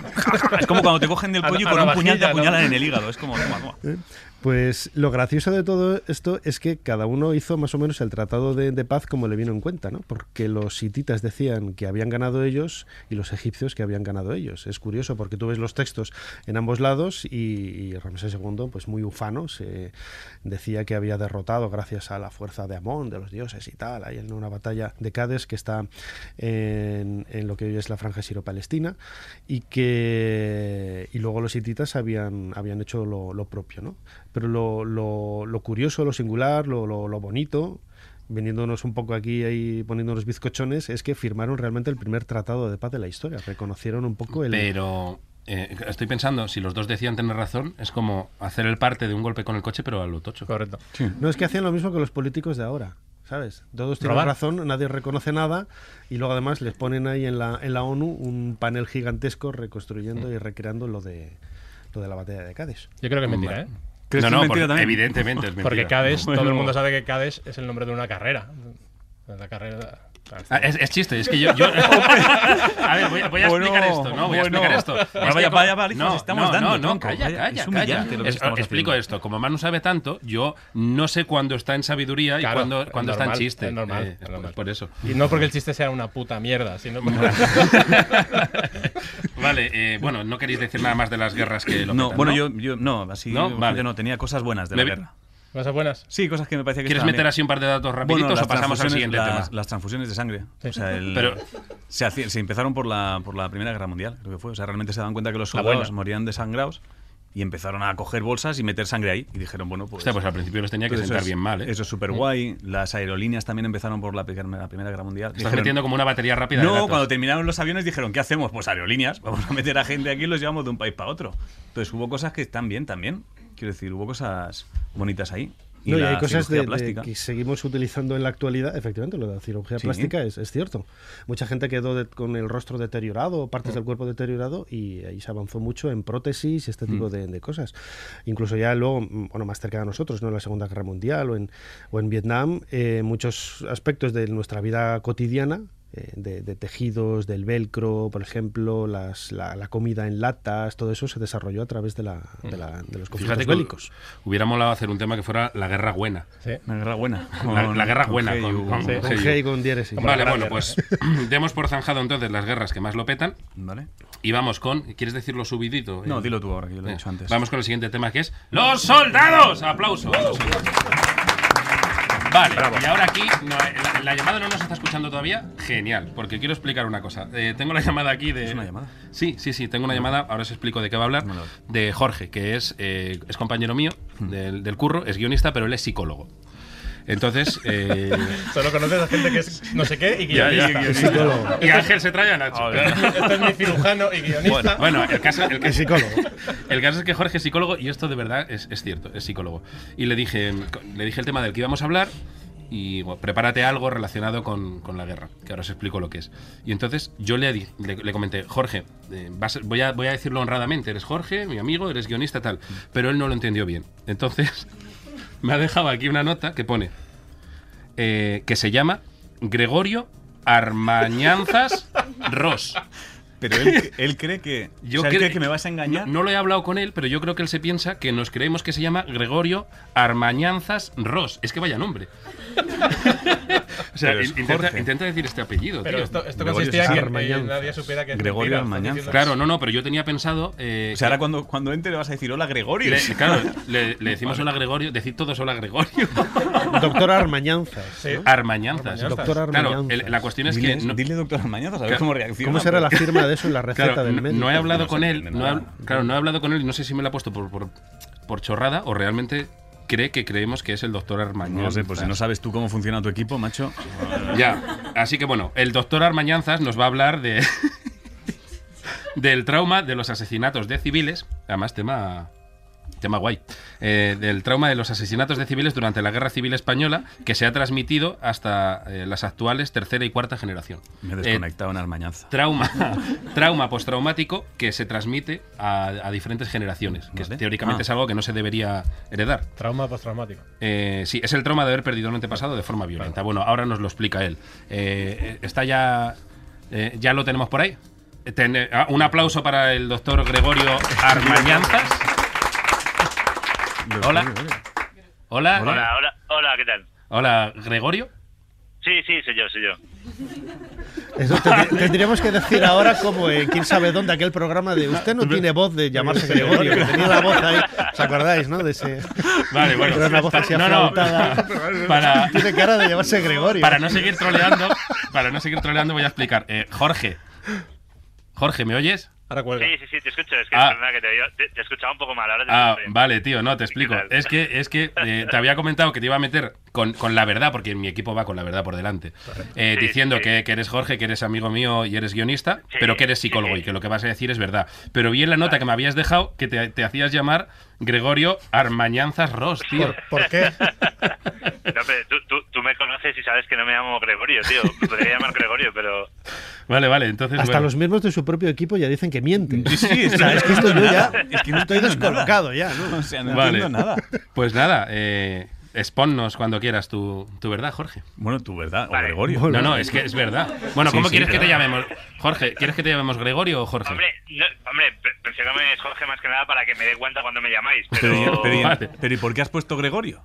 S3: Es como cuando te cogen del
S13: A-
S3: cuello y
S13: a
S3: con
S13: la
S3: un puñal te
S13: vajilla, ¿no?
S3: apuñalan en el hígado. Es como, toma, toma.
S8: Pues lo gracioso de todo esto es que cada uno hizo más o menos el tratado de, de paz como le vino en cuenta, ¿no? Porque los hititas decían que habían ganado ellos y los egipcios que habían ganado ellos. Es curioso porque tú ves los textos en ambos lados y, y Ramsés II, pues muy ufano, se decía que había derrotado gracias a la fuerza de Amón, de los dioses y tal, ahí en una batalla de Cádiz que está en, en lo que hoy es la franja siro-palestina y que y luego los hititas habían, habían hecho lo, lo propio, ¿no? Pero lo, lo- lo curioso, lo singular, lo, lo- lo bonito, viniéndonos un poco aquí y poniéndonos bizcochones, es que firmaron realmente el primer tratado de paz de la historia, reconocieron un poco el...
S2: Pero eh, estoy pensando, si los dos decían tener razón, es como hacer el parte de un golpe con el coche, pero a lo tocho.
S13: Correcto.
S8: No es que hacían lo mismo que los políticos de ahora, ¿sabes? Todos tienen
S13: Robar.
S8: razón, nadie reconoce nada y luego además les ponen ahí en la, en la ONU un panel gigantesco reconstruyendo y recreando lo de, lo de la batalla de Cádiz.
S13: Yo creo que es mentira, ¿eh?
S3: ¿Crees
S2: no,
S3: que es
S2: no,
S3: mentira
S2: por-
S3: también?
S2: evidentemente es mentira.
S13: Porque Cades,
S3: Bueno.
S13: todo el mundo sabe que Cades es el nombre de una carrera. La carrera.
S2: Ah, es, es chiste, es que yo. yo- a ver, voy, a- voy a
S3: Bueno,
S2: explicar esto, ¿no? Voy a
S3: bueno.
S2: explicar esto. Es
S3: Vaya-
S2: que como-
S3: vaya palizas
S2: no,
S3: estamos
S2: no,
S3: dando,
S2: No, no,
S3: tronco,
S2: calla,
S3: vaya-
S2: calla.
S3: es humillante
S2: calla.
S3: lo que
S2: Es-
S3: estamos
S2: explico
S3: haciendo.
S2: esto. Como Manu sabe tanto, yo no sé cuándo está en sabiduría y
S13: Claro,
S2: cuándo,
S13: es
S2: cuándo está en
S13: normal,
S2: chiste.
S13: es normal,
S2: Eh,
S13: es
S2: pues
S13: normal.
S2: por eso.
S13: Y no porque el chiste sea una puta mierda, sino porque.
S2: vale, eh, bueno, no queréis decir nada más de las guerras que lo
S3: No,
S2: petan,
S3: bueno,
S2: ¿no?
S3: yo, yo no, así
S2: No,
S3: yo
S2: vale.
S3: no, tenía cosas buenas de la
S2: Me-
S3: guerra.
S13: ¿Cosas buenas?
S3: Sí, cosas que me parece que
S2: ¿Quieres
S3: estaban
S2: meter
S3: bien.
S2: así un par de datos rapiditos
S3: Bueno,
S2: o
S3: las
S2: pasamos al
S3: transfusiones-
S2: siguiente
S3: las,
S2: tema?
S3: Las transfusiones de sangre.
S13: Sí.
S3: O sea, el-
S2: Pero-
S3: se,
S2: Ah,
S3: haci- se empezaron por la, por la Primera Guerra Mundial, creo que fue. O sea, realmente se dan cuenta que los
S13: La
S3: soldados
S13: buena.
S3: morían desangrados y empezaron a coger bolsas y meter sangre ahí. Y dijeron, bueno, pues.
S2: Hostia, pues al principio les tenía que
S3: Pues eso
S2: sentar
S3: es-
S2: bien mal, ¿eh?
S3: Eso es súper guay. Las aerolíneas también empezaron por la, pe- la Primera Guerra Mundial.
S2: Estás metiendo como una batería rápida de
S3: No,
S2: datos".
S3: cuando terminaron los aviones dijeron, ¿qué hacemos? Pues aerolíneas, vamos a meter a gente aquí y los llevamos de un país para otro. Entonces hubo cosas que están bien también. Quiero decir, hubo cosas bonitas ahí. Y,
S8: No, y
S3: la
S8: hay cosas de-
S3: cirugía
S8: de
S3: plástica.
S8: que seguimos utilizando en la actualidad. Efectivamente, lo de la cirugía
S3: Sí.
S8: plástica es, es cierto. Mucha gente quedó de- con el rostro deteriorado, o
S3: Mm.
S8: partes del cuerpo deteriorado, y ahí se avanzó mucho en prótesis y este tipo
S14: Mm.
S8: de, de cosas. Incluso ya luego, mm, bueno, más cerca de nosotros, ¿no? En la Segunda Guerra Mundial o en, o en Vietnam, eh, muchos aspectos de nuestra vida cotidiana. eh, De, de tejidos, del velcro, por ejemplo, las- la, la comida en latas, todo eso se desarrolló a través de, la, de, la- de los conflictos
S2: Fíjate que
S8: bélicos.
S2: hubiera molado hacer un tema que fuera la guerra buena.
S3: La guerra buena.
S2: La,
S3: Con-
S2: guerra
S3: con
S2: buena.
S3: G y
S2: Con,
S3: U.
S2: con-
S3: Sí.
S2: con
S3: Con
S2: G y
S3: G y con diéresis. Como la
S2: Vale,
S3: gran
S2: bueno,
S3: guerra,
S2: pues demos por zanjado entonces las guerras que más lo petan.
S3: Vale.
S2: Y vamos con. ¿Quieres decirlo subidito?
S3: No,
S2: Eh,
S3: dilo tú ahora, que yo lo he
S2: eh,
S3: dicho antes.
S2: Vamos con el siguiente tema que es. ¡Los soldados! ¡Aplauso! Vale, y ahora aquí, no, eh, la, la llamada no nos está escuchando todavía. Genial, porque quiero explicar una cosa. Eh, tengo la llamada aquí de.
S3: ¿Es una llamada?
S2: Sí, sí, sí, tengo una llamada, ahora os explico de qué va a hablar, de Jorge, que es, eh, es compañero mío
S13: Hmm.
S2: del, del curro, es guionista, pero él es psicólogo. Entonces. eh,
S13: Solo conoces a gente que es no sé qué y
S2: Ya, ya.
S13: guionista.
S2: Psicólogo. Y Ángel se trae a Nacho.
S13: Este es mi cirujano y
S2: Bueno,
S13: guionista.
S2: bueno, el caso, el caso-
S13: Es psicólogo.
S2: El caso es que Jorge es psicólogo y esto de verdad es, es cierto, es psicólogo. Y le dije, le dije el tema del que íbamos a hablar y bueno, prepárate algo relacionado con, con la guerra, que ahora os explico lo que es. Y entonces yo le, di- le, le comenté, Jorge,
S3: Mm.
S2: eh, vas- voy, a, voy a decirlo honradamente, eres Jorge, mi amigo, eres guionista, tal. Pero él no lo entendió bien. Entonces me ha dejado aquí una nota que pone, eh, que se llama Gregorio Armañanzas Ross.
S3: Pero él, él cree que.
S2: Yo
S3: o sea, él
S2: creo-
S3: cree que me vas a engañar.
S2: No, no lo he hablado con él, pero yo creo que él se piensa que nos creemos que se llama Gregorio Armañanzas Ross. Es que vaya nombre. o sea,
S3: Pero es
S2: in- intenta,
S3: Jorge.
S2: intenta decir este apellido,
S13: Pero
S2: tío.
S13: esto- esto Gregorio consistía en que, eh, Armañanzas. nadie supiera que es
S3: Gregorio
S13: mentira, estás
S3: Armañanzas.
S13: diciendo-
S2: Claro, no, no, pero yo tenía pensado. eh,
S3: O sea, ahora cuando, cuando entre le vas a decir, hola Gregorio.
S2: le- claro, le, le decimos hola Gregorio, decid todos hola Gregorio.
S8: Doctor Armañanzas. ¿no?
S2: Armañanzas.
S8: Doctor
S2: Claro,
S8: Armañanzas.
S2: el- la cuestión es
S3: Dile-
S2: que. no-
S3: Dile doctor Armañanzas, a ver
S2: Claro.
S3: cómo reacciona.
S8: ¿Cómo será la firma de eso en la receta
S2: Claro,
S8: del
S2: no-
S8: médico?
S2: No he hablado
S3: No
S2: con
S3: se
S2: él.
S3: entiende
S2: No he
S3: nada.
S2: hab- claro, no he hablado con él y no sé si me la ha puesto por, por, por chorrada o realmente cree que creemos que es el doctor Armañanzas.
S3: No lo sé, pues si no sabes tú cómo funciona tu equipo, macho.
S2: Ya, así que bueno, el doctor Armañanzas nos va a hablar de del trauma de los asesinatos de civiles, además tema tema guay, eh, del trauma de los asesinatos de civiles durante la Guerra Civil Española que se ha transmitido hasta eh, las actuales tercera y cuarta generación.
S3: Me he
S2: Eh,
S3: desconectado en Armañanza.
S2: trauma, trauma postraumático que se transmite a, a diferentes generaciones, que
S13: Vale.
S2: teóricamente
S13: Ah.
S2: es algo que no se debería heredar.
S13: Trauma postraumático.
S2: Eh, sí, es el trauma de haber perdido a un antepasado de forma violenta. Bueno, ahora nos lo explica él. Eh, eh, está ya. eh, ¿Ya lo tenemos por ahí? Eh, ten- eh, ah, un aplauso para el doctor Gregorio Armañanzas. Hola. Hola. eh,
S11: Hola, hola, hola, ¿qué tal?
S2: Hola, Gregorio.
S11: Sí, sí, soy yo, soy yo.
S8: Eso tendr- tendríamos que decir ahora como en quién sabe dónde aquel programa de usted no tiene voz de llamarse Gregorio, que tenía la voz ahí, ¿os acordáis, no? De ese
S2: Vale, bueno.
S8: Era una voz así
S2: No, no.
S8: aflautada.
S2: Para-
S8: Tiene cara de llamarse Gregorio.
S2: Para no seguir troleando, para no seguir troleando, voy a explicar. Eh, Jorge. Jorge, ¿me oyes?
S13: Ahora
S11: Sí, sí, sí, te escucho. Es que
S2: Ah.
S11: es verdad que te, oía- te, te escuchaba un poco mal. Ahora te
S2: Ah,
S11: escucho bien.
S2: vale, tío, no, te explico. Es que, es que eh, te había comentado que te iba a meter con, con la verdad, porque mi equipo va con la verdad por delante, eh,
S11: Sí,
S2: diciendo Que, que eres Jorge, que eres amigo mío y eres guionista, pero que eres psicólogo y que lo que vas a decir es verdad. Pero vi en la nota que me habías dejado que te, te hacías llamar Gregorio Armañanzas Ross, tío.
S8: ¿Por qué?
S11: No, pero tú, tú, tú me conoces y sabes que no me llamo Gregorio, tío. Me podría llamar Gregorio, pero.
S2: Vale, vale, entonces...
S8: Hasta
S2: bueno.
S8: los miembros de su propio equipo ya dicen que mienten.
S2: Sí,
S8: o sea, es que esto yo ya
S3: Es que no
S8: estoy
S3: entiendo nada.
S8: descolocado ya, ¿no?
S3: O sea, no
S2: Vale.
S3: entiendo nada.
S2: Pues nada, eh, exponnos cuando quieras tu, tu verdad, Jorge.
S3: Bueno, tu verdad, o Gregorio.
S2: No, no, es que es verdad. Bueno,
S3: Sí,
S2: ¿cómo
S3: sí,
S2: quieres que te
S3: claro.
S2: llamemos? Jorge, ¿quieres que te llamemos Gregorio o Jorge?
S11: Hombre, no, hombre pre- prefiero que me llames Jorge más que nada para que me dé cuenta cuando me llamáis.
S3: Pero,
S11: Pero,
S3: pero- pero ¿y por qué has puesto Gregorio?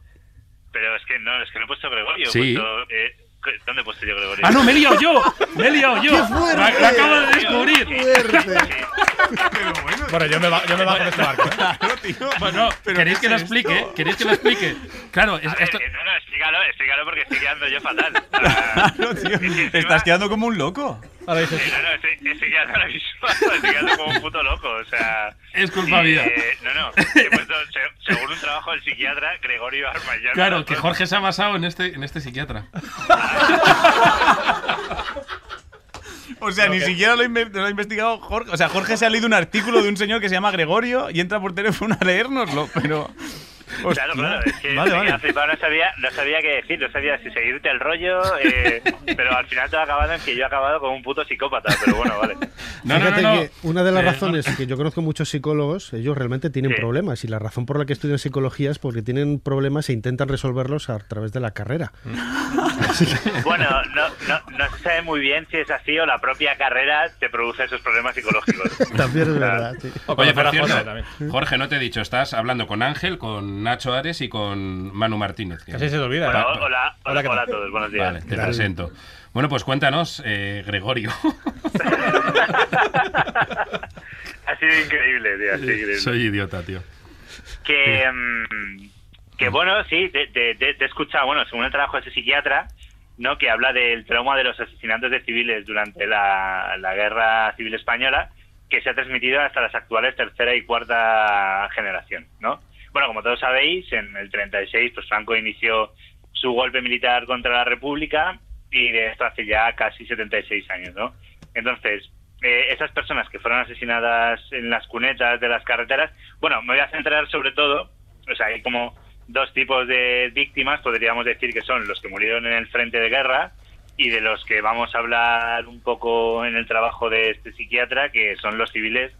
S11: pero es que no, es que no he puesto Gregorio. he
S3: Sí.
S11: puesto, eh, ¿qué- ¿Dónde he puesto yo Gregorio?
S2: ¡Ah, no! ¡Me he liado yo! ¡Me he liado yo!
S11: ¡Qué fuerte!
S2: La, la acabo de descubrir!
S13: Bueno, yo me, va, yo me bajo de este barco.
S2: Bueno, ¿queréis que lo explique? ¿Queréis que lo explique? Claro, es-
S11: A ver,
S2: esto...
S11: eh, no, no, explícalo, explícalo porque estoy quedando yo fatal.
S3: Estás quedando como un loco.
S13: Ahora dices,
S11: Sí, no, no, estoy, estoy quedando ahora mismo, estoy quedando como un puto loco, o sea... eh,
S2: Es culpa mía.
S11: no, no, he puesto, se- según un trabajo del psiquiatra, Gregorio Armayán.
S2: Claro, que Jorge se ha basado en este, en este psiquiatra.
S3: O sea, ni siquiera lo, inve- lo ha investigado Jorge. O sea, Jorge se ha leído un artículo de un señor que se llama Gregorio y entra por teléfono a leérnoslo, pero.
S11: Claro, claro, es que
S3: Vale,
S11: me
S3: vale.
S11: quedaba flipado, no sabía, no sabía qué decir, no sabía si seguirte el rollo, eh, pero al final todo ha acabado en que yo he acabado como un puto psicópata, pero bueno, vale.
S8: Fíjate que una de las
S11: Eh,
S8: razones que yo conozco muchos psicólogos, ellos realmente tienen
S11: Sí.
S8: problemas y la razón por la que estudian psicología es porque tienen problemas e intentan resolverlos a través de la carrera.
S2: Mm.
S11: Bueno, no, no, no se sabe muy bien si es así o la propia carrera te produce esos problemas psicológicos.
S8: También es
S11: Claro.
S8: verdad. sí.
S2: Oye, por
S11: para
S2: cierto,
S11: Jorge
S2: Jorge, no te he dicho, estás hablando con Ángel, con Nacho Ares y con Manu Martínez.
S13: Casi se te olvida,
S2: Pa-
S13: ¿eh?
S2: pa-
S11: Hola, hola, hola a todos, buenos días.
S2: Vale, te presento. Bueno, pues cuéntanos, eh, Gregorio.
S11: Ha sido increíble, tío, ha sido increíble.
S2: Soy idiota, tío.
S11: que, mm, que bueno, sí, te, te, te- te he escuchado, bueno, según el trabajo de ese psiquiatra, ¿no? que habla del trauma de los asesinatos de civiles durante la, la guerra civil española, que se ha transmitido hasta las actuales tercera y cuarta generación, ¿no? Bueno, como todos sabéis, en el 36, pues Franco inició su golpe militar contra la República y de esto hace ya casi 76 años, ¿no? Entonces, eh, esas personas que fueron asesinadas en las cunetas de las carreteras, bueno, me voy a centrar sobre todo, o sea, hay como dos tipos de víctimas, podríamos decir que son los que murieron en el frente de guerra y de los que vamos a hablar un poco en el trabajo de este psiquiatra, que son los civiles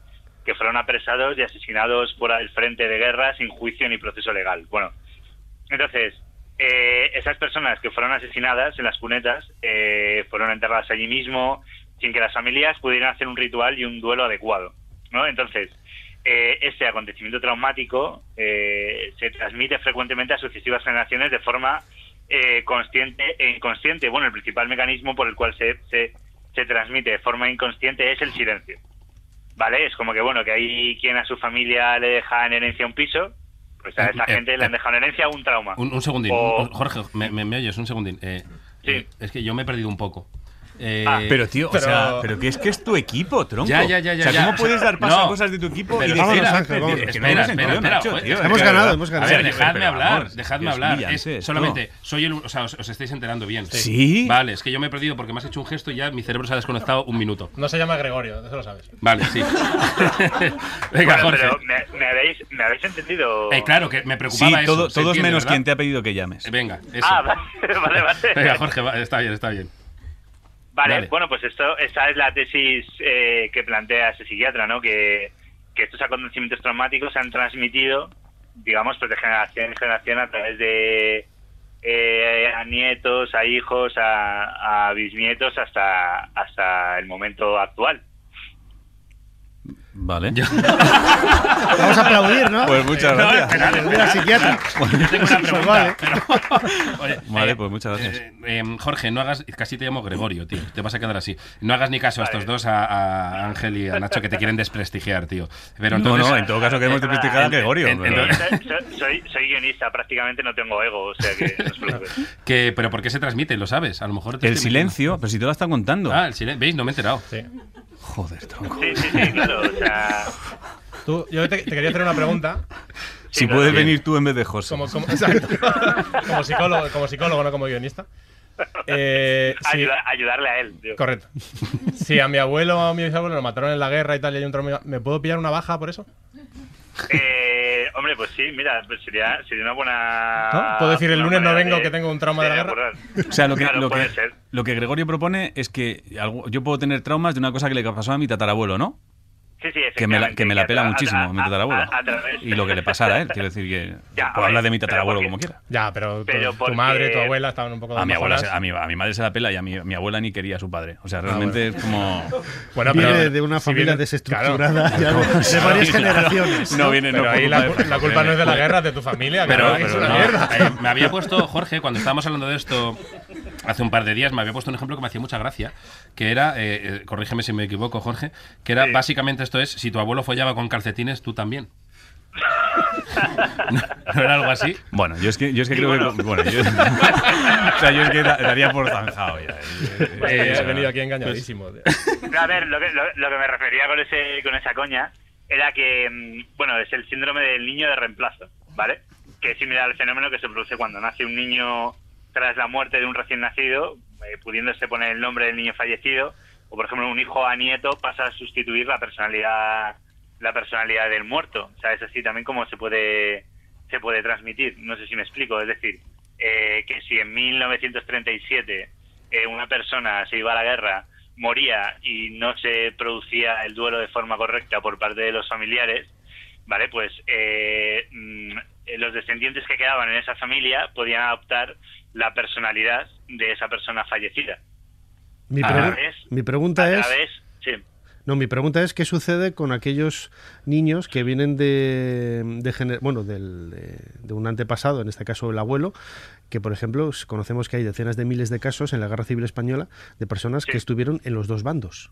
S11: que fueron apresados y asesinados fuera del frente de guerra sin juicio ni proceso legal. Bueno, entonces, eh, esas personas que fueron asesinadas en las cunetas eh, fueron enterradas allí mismo sin que las familias pudieran hacer un ritual y un duelo adecuado. ¿no? Entonces, eh, este acontecimiento traumático eh, se transmite frecuentemente a sucesivas generaciones de forma eh, consciente e inconsciente. Bueno, el principal mecanismo por el cual se, se, se transmite de forma inconsciente es el silencio. ¿Vale? Es como que, bueno, que hay quien a su familia le deja en herencia un piso, pues a esa
S2: Eh,
S11: gente le han dejado en herencia un trauma.
S2: Un, un segundín,
S11: O-
S2: un- Jorge, me, me- me oyes? Un segundín. Eh, eh, es que yo me he perdido un poco. Eh,
S3: Ah, pero tío, o sea, pero que es que es tu equipo, tronco.
S2: Ya, ya, ya, ya,
S3: O sea,
S2: ya.
S3: ¿cómo puedes dar paso
S2: No.
S3: a cosas de tu equipo
S2: Pero
S3: y
S2: espera,
S3: decir, "Ah,
S2: Ángel, vamos.
S3: es que no
S2: espera,
S3: hemos
S2: espera,
S3: entendido,
S2: espera,
S3: Nacho,
S2: joder.
S3: tío,
S2: Hemos
S3: es que-
S8: ganado, hemos
S2: A
S8: ganado.
S2: ver,
S8: Pero,
S2: dejadme
S8: pero,
S2: hablar,
S8: vamos,
S2: dejadme
S8: es
S2: hablar.
S8: humillante
S2: Es-
S8: esto.
S2: solamente, soy el, o sea, os, os estáis enterando bien.
S3: ¿Sí?
S2: Vale, es que yo me he perdido porque me has hecho un gesto y ya mi cerebro se ha desconectado un minuto.
S13: no se llama Gregorio, eso lo sabes.
S2: Vale, sí. Venga,
S11: Bueno,
S2: Jorge.
S11: pero me, me habéis, me habéis entendido.
S2: Eh, claro, que me preocupaba
S3: Sí,
S2: eso.
S3: todo-
S2: se
S3: todos
S2: entiende,
S3: menos
S2: ¿verdad?
S3: quien te ha pedido que llames.
S2: Eh, Venga, eso.
S11: Ah, vale, vale. Vale,
S2: Venga, Jorge, va, está bien, está bien.
S11: Vale,
S2: Dale.
S11: bueno, pues esto, esta es la tesis eh, que plantea ese psiquiatra, ¿no? Que, que estos acontecimientos traumáticos se han transmitido, digamos, pues de generación en generación a través de eh, a nietos, a hijos, a, a bisnietos, hasta, hasta el momento actual.
S3: Vale.
S8: Vamos a aplaudir, ¿no?
S3: Pues muchas
S2: No,
S3: gracias.
S2: esperad,
S8: Mira,
S2: esperad,
S8: psiquiatra.
S2: esperad. Yo tengo una
S8: Pues
S2: pregunta,
S8: vale.
S2: pero- Oye,
S3: Vale,
S2: eh,
S3: pues muchas gracias.
S2: eh, eh, Jorge, no hagas. Casi te llamo Gregorio, tío. Te vas a quedar así. No hagas ni caso a estos dos, a, a Ángel y a Nacho, que te quieren desprestigiar, tío. Pero
S3: No,
S2: entonces-
S3: no, en todo caso queremos
S2: Eh,
S3: desprestigiar a
S2: en-
S3: Gregorio,
S2: en-
S3: pero-
S2: entonces-
S11: Soy, soy- soy guionista, prácticamente no tengo ego, o sea que no os preocupéis.
S2: que- pero ¿por qué se transmite? Lo sabes. A lo mejor te
S3: El
S2: estoy
S3: silencio, pero si te lo están contando.
S2: metiendo. Ah, el silencio. ¿Veis? No me he enterado.
S3: Joder, tronco.
S11: Sí, sí, sí, claro, o sea...
S13: Tú, yo te, te quería hacer una pregunta,
S3: Si
S11: claro.
S3: puedes
S11: Bien.
S3: venir tú en vez de José.
S13: como, como- exacto. Como psicólogo, como psicólogo, no como guionista. Eh, sí.
S11: ayuda- ayudarle a él. tío.
S13: Correcto. Si a mi abuelo o a mi bisabuelo lo mataron en la guerra y tal, y hay un trauma, ¿me puedo pillar una baja por eso?
S11: Eh, hombre, pues sí, mira, pues sería, sería una buena.
S13: ¿No? ¿Puedo decir el
S11: una
S13: lunes no
S11: manera
S13: vengo
S11: Ah, de-
S13: que tengo un trauma de la guerra?
S11: currar.
S3: O sea, lo que,
S11: Claro,
S3: lo,
S11: puede
S3: que,
S11: ser.
S3: lo que Gregorio propone es que algo- yo puedo tener traumas de una cosa que le pasó a mi tatarabuelo, ¿no?
S11: Sí, sí,
S3: Que me la, que me la pela
S11: efectivamente,
S3: muchísimo
S11: a-
S3: mi tatarabuelo.
S11: a- a- a través-
S3: y lo que le pasara a él, quiero decir que.
S11: Ya, a
S3: pues
S11: ver,
S3: habla de mi
S11: pero
S3: tatarabuelo
S11: porque-
S3: como quiera.
S13: Ya, pero,
S11: Pero
S13: tu, tu
S11: porque-
S13: madre, tu abuela estaban un poco
S3: A mi, abuela, se-
S13: desmajonadas.
S3: a, mi, a mi madre se la pela y a mi, mi abuela ni quería a su padre. O sea, realmente es como.
S13: Bueno,
S8: viene
S13: pero-
S8: de una
S13: si
S8: familia
S13: viene-
S8: desestructurada
S13: claro.
S8: ya de, de varias generaciones.
S3: No viene, no.
S13: Pero ahí
S3: por
S13: la,
S3: culpa de-
S13: la culpa no es de la guerra, es de tu familia.
S2: Pero,
S13: claro, que es
S2: pero
S13: una
S2: no,
S13: mierda.
S2: eh, me había puesto, Jorge, cuando estábamos hablando de esto hace un par de días, me había puesto un ejemplo que me hacía mucha gracia, que era, eh, eh, corrígeme si me equivoco, Jorge, que era básicamente esto es, si tu abuelo follaba con calcetines, tú también. ¿No era algo así?
S3: Bueno, yo es que, yo es que
S2: Y
S3: creo
S2: bueno.
S3: que. Bueno, yo, Ah, o sea, yo es que da- daría por zanjado ya.
S13: Pues,
S11: eh,
S3: o sea,
S13: he venido aquí engañadísimo.
S11: Pero, a ver, lo que, lo, lo que me refería con, ese, con esa coña era que, mm, bueno, es el síndrome del niño de reemplazo, ¿vale? Que es similar al fenómeno que se produce cuando nace un niño tras la muerte de un recién nacido, eh, pudiéndose poner el nombre del niño fallecido, o por ejemplo un hijo a nieto pasa a sustituir la personalidad la personalidad del muerto. O sea, es así también como se puede se puede transmitir. No sé si me explico. Es decir, eh, que si en 1937 eh, una persona se iba a la guerra, moría y no se producía el duelo de forma correcta por parte de los familiares, ¿vale? Pues eh, mm, eh, los descendientes que quedaban en esa familia podían adoptar la personalidad de esa persona fallecida.
S8: Mi,
S11: A
S8: pregu-
S11: través-
S8: mi pregunta
S11: a
S8: es.
S11: través- sí.
S8: No, mi pregunta es qué sucede con aquellos niños que vienen de, de gener- bueno, del- de, de un antepasado, en este caso el abuelo, que por ejemplo s- conocemos que hay decenas de miles de casos en la Guerra Civil Española de personas que estuvieron en los dos bandos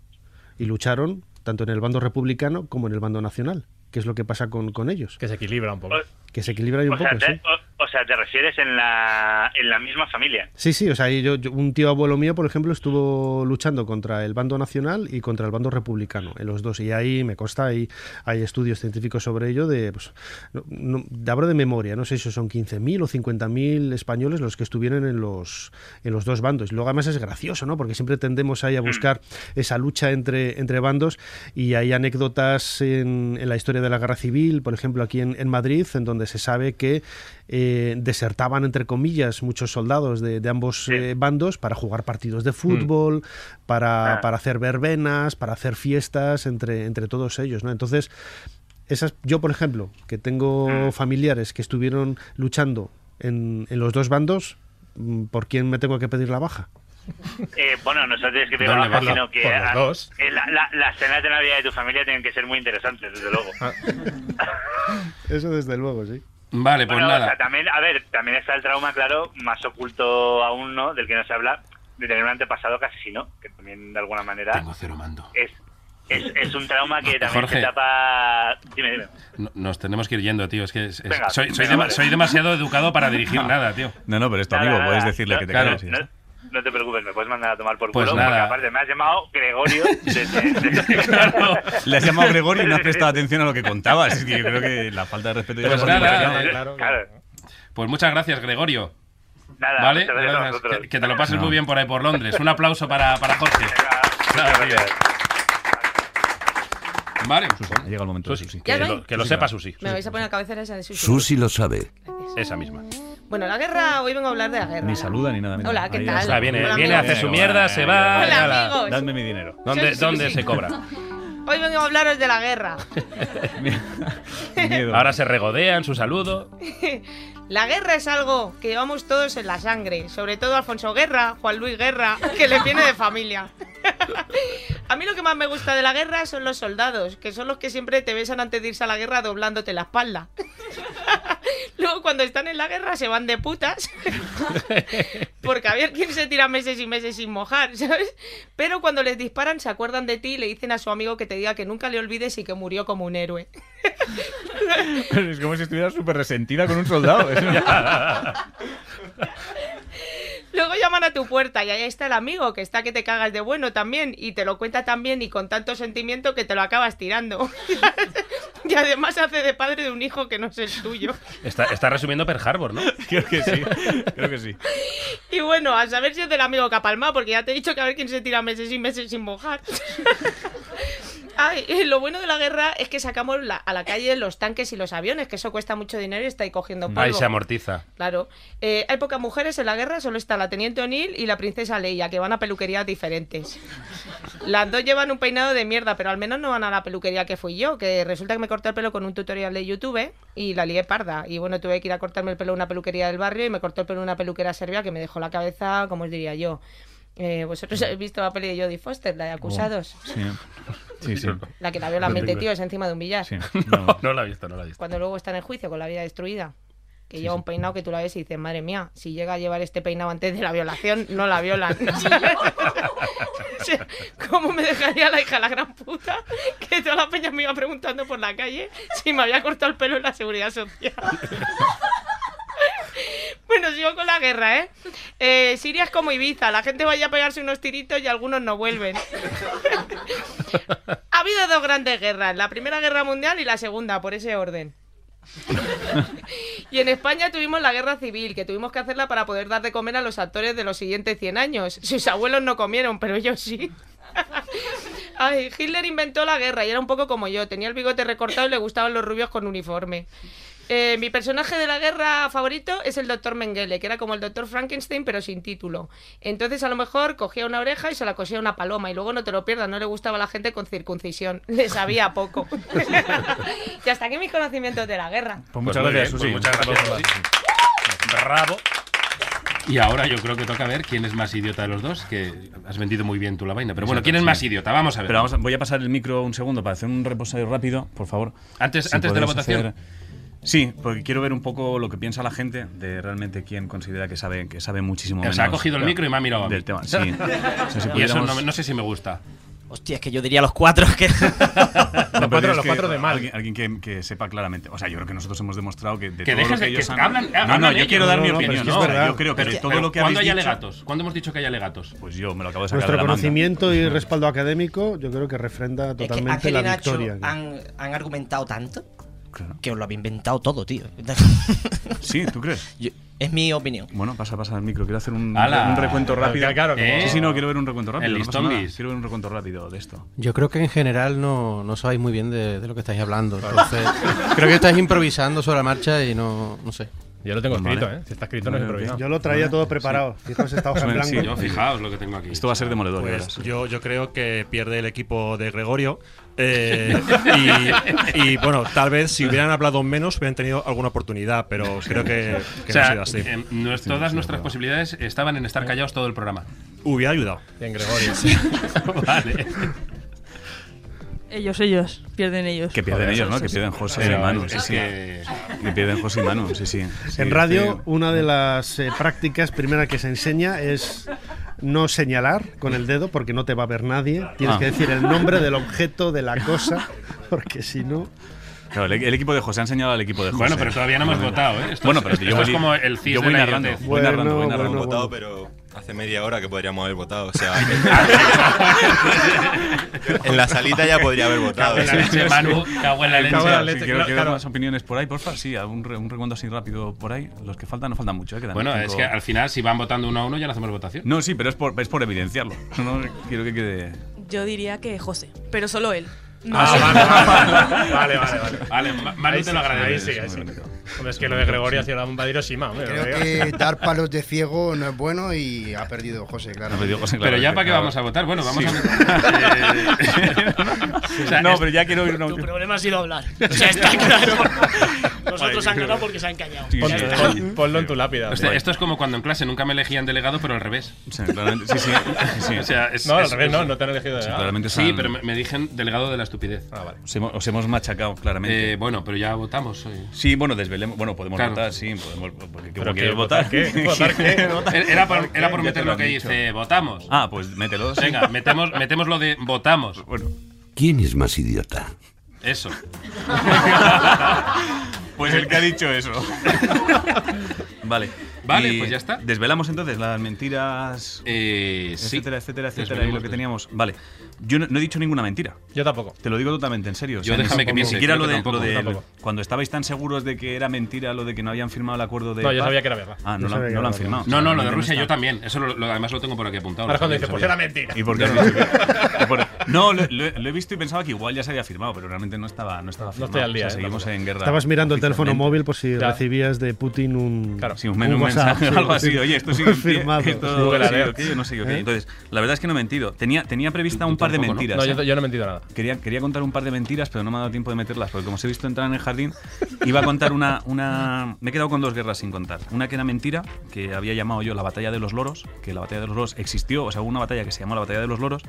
S8: y lucharon tanto en el bando republicano como en el bando nacional. ¿Qué es lo que pasa con, con ellos? Que
S13: se equilibra un poco.
S8: Que se equilibra ahí un
S11: O sea,
S8: poco,
S11: te,
S8: sí.
S11: o- o sea, te refieres en la, en la misma familia.
S8: Sí, sí, o sea, yo, yo- un tío abuelo mío, por ejemplo, estuvo luchando contra el bando nacional y contra el bando republicano, en los dos. Y ahí, me consta, hay, hay estudios científicos sobre ello de, pues, no, no- de- hablo de memoria, no sé si son 15.000 o 50.000 españoles los que estuvieron en los, en los dos bandos. Y luego además es gracioso, ¿no? Porque siempre tendemos ahí a buscar esa lucha entre, entre bandos y hay anécdotas en, en la historia de la guerra civil, por ejemplo, aquí en, en Madrid, en donde se sabe que eh, desertaban, entre comillas, muchos soldados de, de ambos eh, bandos para jugar partidos de fútbol, para,
S14: Ah.
S8: para hacer verbenas, para hacer fiestas entre, entre todos ellos, ¿no? Entonces, esas, yo, por ejemplo, que tengo familiares que estuvieron luchando en, en los dos bandos, mm, ¿por quién me tengo que pedir la baja?
S11: Eh, bueno, no solo tienes que pedir
S8: Doble
S11: la baja,
S8: baja.
S11: sino que
S8: Por los
S11: ah,
S8: dos.
S11: eh, la- la- las cenas de Navidad de tu familia tienen que ser muy interesantes, desde luego.
S15: Ah.
S8: Eso desde luego, sí.
S2: Vale, pues
S11: Bueno, o
S2: nada.
S11: sea, también, a ver, también está el trauma, claro, más oculto aún, ¿no? Del que no se habla, de tener un antepasado casi no, que también de alguna manera. Es, es, es un trauma que también
S2: Jorge.
S11: se tapa. Dime, dime.
S2: No- Nos tenemos que ir yendo, tío. Es que es- es-
S11: Venga,
S2: soy, soy
S11: venga,
S2: dema-
S11: vale.
S2: soy demasiado educado para dirigir nada, tío.
S3: No, no, pero es tu
S11: Nada,
S3: amigo,
S11: nada,
S3: puedes decirle
S11: no,
S3: que te
S2: claro,
S3: calles. y ya está.
S11: No te preocupes, me puedes mandar a tomar por
S3: Pues
S11: culo,
S3: nada.
S11: porque aparte me has llamado Gregorio. desde- desde-
S3: Le has llamado Gregorio y no has prestado atención a lo que contabas. Es que yo creo que la falta de respeto ya
S2: Pues
S3: es
S2: nada,
S3: obligatoria.
S2: claro, Pues muchas gracias, Gregorio.
S11: Nada,
S2: ¿Vale?
S11: muchas gracias a
S2: Gracias.
S11: vosotros.
S2: Que, que te lo pases
S3: No.
S2: muy bien por ahí por Londres. Un aplauso para, para Jorge. Nada, tío. Vale,
S3: Ha llegado el momento de Susi.
S2: Que lo, que lo sepa Susi.
S16: Me vais a poner la cabecera esa de Susi.
S5: Susi lo sabe.
S2: Esa misma.
S16: Bueno, la guerra, hoy vengo a hablar de la guerra.
S3: Ni saluda ni nada. mira.
S16: Hola, ¿qué
S3: Ahí
S16: tal?
S3: está.
S16: O sea, viene- Hola, viene,
S2: hace su mierda, se va,
S16: Hola, ya la- amigos.
S3: Dadme mi dinero.
S2: ¿Dónde,
S16: Sí, sí,
S2: dónde
S16: sí.
S2: se cobra?
S16: Hoy vengo a hablaros de la guerra.
S2: Ahora se regodean su saludo.
S16: La guerra es algo que llevamos todos en la sangre, sobre todo Alfonso Guerra, Juan Luis Guerra, que le viene de familia. A mí lo que más me gusta de la guerra son los soldados, que son los que siempre te besan antes de irse a la guerra doblándote la espalda. Luego cuando están en la guerra se van de putas, porque a ver quién se tira meses y meses sin mojar, ¿sabes? Pero cuando les disparan se acuerdan de ti y le dicen a su amigo que te diga que nunca le olvides y que murió como un héroe.
S3: Es como si estuviera súper resentida con un soldado.
S16: Luego llaman a tu puerta y ahí está el amigo que está que te cagas de bueno también y te lo cuenta tan bien y con tanto sentimiento que te lo acabas tirando. y además hace de padre de un hijo que no es el tuyo.
S2: Está, está resumiendo Per Harbor, ¿no?
S3: Creo que sí. Creo que sí.
S16: Y bueno, a saber si es del amigo Capalma, porque ya te he dicho que a ver quién se tira meses y meses sin mojar. Ay, y lo bueno de la guerra es que sacamos la- a la calle los tanques y los aviones, que eso cuesta mucho dinero y está ahí cogiendo polvo.
S2: Ahí se amortiza.
S16: Claro. Eh, hay pocas mujeres en la guerra, solo está la teniente O'Neill y la princesa Leia, que van a peluquerías diferentes. Las dos llevan un peinado de mierda, pero al menos no van a la peluquería que fui yo, que resulta que me corté el pelo con un tutorial de YouTube y la lié parda. Y bueno, tuve que ir a cortarme el pelo a una peluquería del barrio y me cortó el pelo una peluquera serbia que me dejó la cabeza, como os diría yo. Eh, Vosotros habéis visto la peli de Jodie Foster, la de Acusados,
S3: Sí. Sí, sí.
S16: la que la veo la
S2: No
S16: mente
S2: tengo-
S16: tío, es encima de un billar.
S3: Sí.
S2: No, no la he visto, no la he visto.
S16: Cuando luego está en el juicio con la vida destruida. que lleva un peinado que tú la ves y dices, madre mía, si llega a llevar este peinado antes de la violación, no la violan. O sea, ¿Cómo me dejaría la hija de la gran puta que toda la peña me iba preguntando por la calle si me había cortado el pelo en la seguridad social? Bueno, sigo con la guerra, ¿eh? Eh, Siria es como Ibiza, la gente vaya a pegarse unos tiritos y algunos no vuelven. ha habido dos grandes guerras, la Primera Guerra Mundial y la Segunda, por ese orden. y en España tuvimos la guerra civil, que tuvimos que hacerla para poder dar de comer a los actores de los siguientes 100 años. Sus abuelos no comieron, pero ellos sí. Ay, Hitler inventó la guerra y era un poco como yo. Tenía el bigote recortado y le gustaban los rubios con uniforme. Eh, mi personaje de la guerra favorito es el doctor Mengele, que era como el doctor Frankenstein, pero sin título. Entonces, a lo mejor cogía una oreja y se la cosía una paloma, y luego no te lo pierdas, no le gustaba a la gente con circuncisión. Le sabía poco. y hasta aquí mis conocimientos de la guerra.
S3: Pues muchas gracias, Susi.
S2: muchas gracias.
S3: Bravo.
S2: Y ahora yo creo que toca ver quién es más idiota de los dos, que has vendido muy bien tú la vaina. Pero bueno,
S3: Exacto,
S2: ¿quién es
S3: sí.
S2: más idiota? Vamos a ver.
S3: Pero vamos a- voy a pasar el micro un segundo para hacer un reposario rápido, por favor.
S2: Antes- antes de la
S3: podéis
S2: votación.
S3: Sí, porque quiero ver un poco lo que piensa la gente de realmente quién considera que sabe, que sabe muchísimo
S2: O
S3: menos.
S2: sea, ha cogido el
S3: del-
S2: micro y me ha mirado a mí.
S3: Del tema, sí. O sea, si
S2: y eso
S3: pudiéramos-
S2: no, no sé si me gusta.
S14: Hostia, es que yo diría los cuatro. Que...
S3: No, pero es
S2: los
S3: que
S2: cuatro de mal.
S3: Alguien, alguien que, que sepa claramente. O sea, yo creo que nosotros hemos demostrado que de
S2: Que
S3: todo lo
S2: dejes
S3: que
S2: de- que
S3: ellos han-
S2: hablan-
S3: No,
S2: hablan
S3: no, yo
S2: ellos.
S3: quiero dar mi
S2: No, no, pero
S3: opinión.
S2: es que es
S3: ¿no?
S2: verdad.
S3: yo creo que
S2: Pero eh,
S3: de
S2: es
S3: todo
S2: pero
S3: lo que
S2: ¿Cuándo hay
S3: habéis dicho-
S2: alegatos? ¿Cuándo hemos dicho que hay alegatos? Pues
S3: Pues yo me lo acabo de sacar
S8: Nuestro
S3: de la manga.
S8: conocimiento y respaldo académico yo creo que refrenda
S14: Es que
S8: totalmente
S14: Ángel y
S8: la
S14: Nacho
S8: victoria.
S14: han, han argumentado tanto que os lo había inventado todo, tío.
S3: Sí, ¿tú crees?
S14: es mi opinión.
S3: Bueno, pasa, pasa el micro. Quiero hacer un,
S14: ¡Hala!
S3: un recuento
S14: Claro,
S3: rápido.
S14: claro, como-
S3: Sí, sí, no, quiero ver un recuento rápido.
S14: El
S3: no pasa
S14: listón
S3: nada.
S14: bis.
S3: Quiero ver un recuento rápido de esto.
S17: Yo creo que en general no, no sabéis muy bien de, de lo que estáis hablando. Entonces, creo que estáis improvisando sobre la marcha y no, no sé.
S13: Yo lo tengo escrito, ¿eh? Si está escrito, no es improvisado.
S8: Yo lo traía todo preparado. Fijaos esta hoja en blanco.
S2: lo que tengo aquí.
S3: Esto va a ser demoledor.
S15: Pues
S3: verás.
S15: yo, yo creo que pierde el equipo de Gregorio. eh, y, y, bueno, tal vez si hubieran hablado menos hubieran tenido alguna oportunidad, pero creo que, que
S2: o sea,
S15: no ha sido así.
S2: em, nues- todas nuestras posibilidades estaban en estar callados todo el programa.
S15: Hubiera ayudado.
S2: En Gregorio.
S15: vale.
S18: Ellos, ellos. Pierden ellos.
S3: Que pierden ellos, ¿no? Que pierden José
S8: Pero
S3: y Manu.
S8: es
S3: Sí, sí.
S8: que-
S3: Que pierden José y Manu, sí, sí. Sí,
S8: En radio, una de las eh, prácticas primera que se enseña es no señalar con el dedo porque no te va a ver nadie. Tienes
S3: Ah.
S8: que decir el nombre del objeto, de la cosa, porque si no.
S3: Claro, el, el equipo de José ha enseñado al equipo de José.
S2: Bueno, pero todavía no hemos votado, ¿eh? Esto
S3: bueno,
S2: es-
S3: pero
S2: esto
S3: yo voy,
S2: es como el CIS
S3: yo
S2: de
S3: voy
S2: la
S3: narrando,
S2: idiotez.
S3: voy narrando, voy narrando.
S19: hemos votado, pero hace media hora que podríamos haber votado. O sea, en la salita ya podría haber votado. ¿eh?
S3: Cago en la leche, Manu, cago en la leche.
S19: leche,
S3: Sí, quiero,
S19: claro,
S3: quiero
S19: claro.
S3: más opiniones por ahí, porfa. Sí, un, re- un recuento así rápido por ahí. Los que faltan, no faltan mucho, ¿eh? Quedan
S2: Bueno,
S3: cinco-
S2: es que al final, si van votando uno a uno, ya no hacemos votación.
S3: No, sí, pero es por, es por evidenciarlo. No quiero que quede.
S18: Yo diría que José, pero solo él. No
S3: Ah,
S18: sé.
S3: vale, vale, vale, vale.
S2: Vale, Ma- Manu
S13: Ahí
S2: te
S13: sí,
S2: lo agradezco.
S13: Ahí sí, ahí sí. Hombre, es que lo de Gregorio ha sido la bomba de Hiroshima. hombre,
S20: Creo
S13: lo
S20: que dar palos de ciego no es bueno y ha perdido José, claro.
S2: Pero ya para qué vamos a votar. Bueno, vamos a.
S3: O sea, no, pero ya quiero ir.
S21: Tu problema ha sido hablar. O sea, está claro. Nosotros han ganado porque se han callado.
S2: Sí,
S21: Ya
S2: sí,
S21: está.
S2: sí.
S13: Ponlo en tu lápida.
S2: O sea, esto es como cuando en clase nunca me elegían delegado, pero al revés.
S3: Sí, claramente, sí, sí, sí.
S2: O sea, es-
S3: No, al
S2: es-
S3: revés,
S2: es-
S3: no, no te han elegido
S2: Sí,
S3: delegado. Claramente
S2: sí,
S3: están-
S2: pero me, me dijeron delegado de la estupidez. Ah, vale.
S3: Os hemos, os hemos machacado, claramente.
S2: Eh, bueno, pero ya votamos. eh.
S3: Sí, bueno, desvelemos. Bueno, podemos
S2: Claro.
S3: votar, sí. Podemos, pues, porque,
S2: ¿Pero
S3: quieres
S2: qué? ¿Votar
S3: votar?
S2: qué? ¿Votar qué? ¿Votar Era por- qué? era por
S3: Ya
S2: meter
S3: te
S2: lo
S3: han
S2: que
S3: dicho.
S2: dice, votamos.
S3: Ah, pues mételo. sí.
S2: Venga, metemos, metemos lo de votamos.
S5: ¿Quién es más idiota?
S2: Eso.
S3: Pues el que ha dicho eso. Vale.
S2: Vale,
S3: Y
S2: pues ya está. Eh,
S3: Desvelamos entonces las mentiras,
S2: sí.
S3: etcétera, etcétera, etcétera, y
S2: Desvelemos
S3: lo que
S2: todo.
S3: teníamos. Vale. Yo no, no he dicho ninguna mentira.
S13: Yo tampoco.
S3: Te lo digo totalmente en serio.
S2: Yo déjame
S3: ni-
S2: que
S3: ni
S2: piense,
S3: siquiera
S2: creo
S3: lo
S2: que
S3: de,
S2: tampoco.
S3: lo de-
S2: Yo tampoco.
S3: cuando estabais tan seguros de que era mentira lo de que no habían firmado el acuerdo de
S2: No, yo
S3: paz.
S2: sabía que era verdad.
S3: Ah,
S2: Yo
S3: no, lo,
S2: sabía que
S3: no lo
S2: era
S3: han
S2: verdad.
S3: firmado.
S2: No, no, lo de
S3: Realmente
S2: Rusia
S3: está.
S2: yo también. Eso lo, lo- además lo tengo por aquí apuntado.
S13: Ahora
S2: lo sabía,
S13: cuando dice,
S2: lo
S13: pues
S2: sabía.
S13: era mentira.
S3: ¿Y por qué
S2: Ya
S3: no?
S2: lo sabía.
S3: Y por- no, lo, lo- lo he visto y pensaba que igual ya se había firmado, pero realmente no estaba, no estaba firmado.
S13: estoy al día,
S3: O sea,
S13: eh,
S3: seguimos
S13: tampoco.
S3: en guerra.
S8: Estabas mirando el teléfono
S3: oficialmente.
S8: móvil por si
S3: Ya.
S8: recibías de Putin un.
S3: Sí, un, men- un
S8: WhatsApp,
S3: mensaje o
S8: sí,
S3: algo
S8: sí.
S3: así. Oye, esto sigue en pie,
S8: Firmado.
S3: Esto
S8: Google
S3: sigue
S8: Alert.
S3: ok, no sigue ok.
S8: ¿Eh?
S3: Entonces, la verdad es que no he mentido. Tenía, tenía prevista un par de
S13: tampoco, ¿no?
S3: mentiras.
S13: No, yo-
S3: ¿eh?
S13: yo no he mentido nada.
S3: Quería, quería contar un par de mentiras, pero no me ha dado tiempo de meterlas, porque como os he visto entrar en el jardín, iba a contar una, una... Me he quedado con dos guerras sin contar. Una que era mentira, que había llamado yo la Batalla de los Loros, que la Batalla de los Loros existió, o sea, hubo una batalla que se llamó la Batalla de los Loros,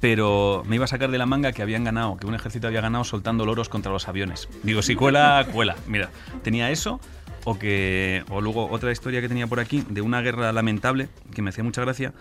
S3: pero me iba a sacar de la manga que habían ganado, que un ejército había ganado soltando loros contra los aviones. Digo, si cuela, cuela. Mira, tenía eso. O que. O luego otra historia que tenía por aquí de una guerra lamentable que me hacía mucha gracia,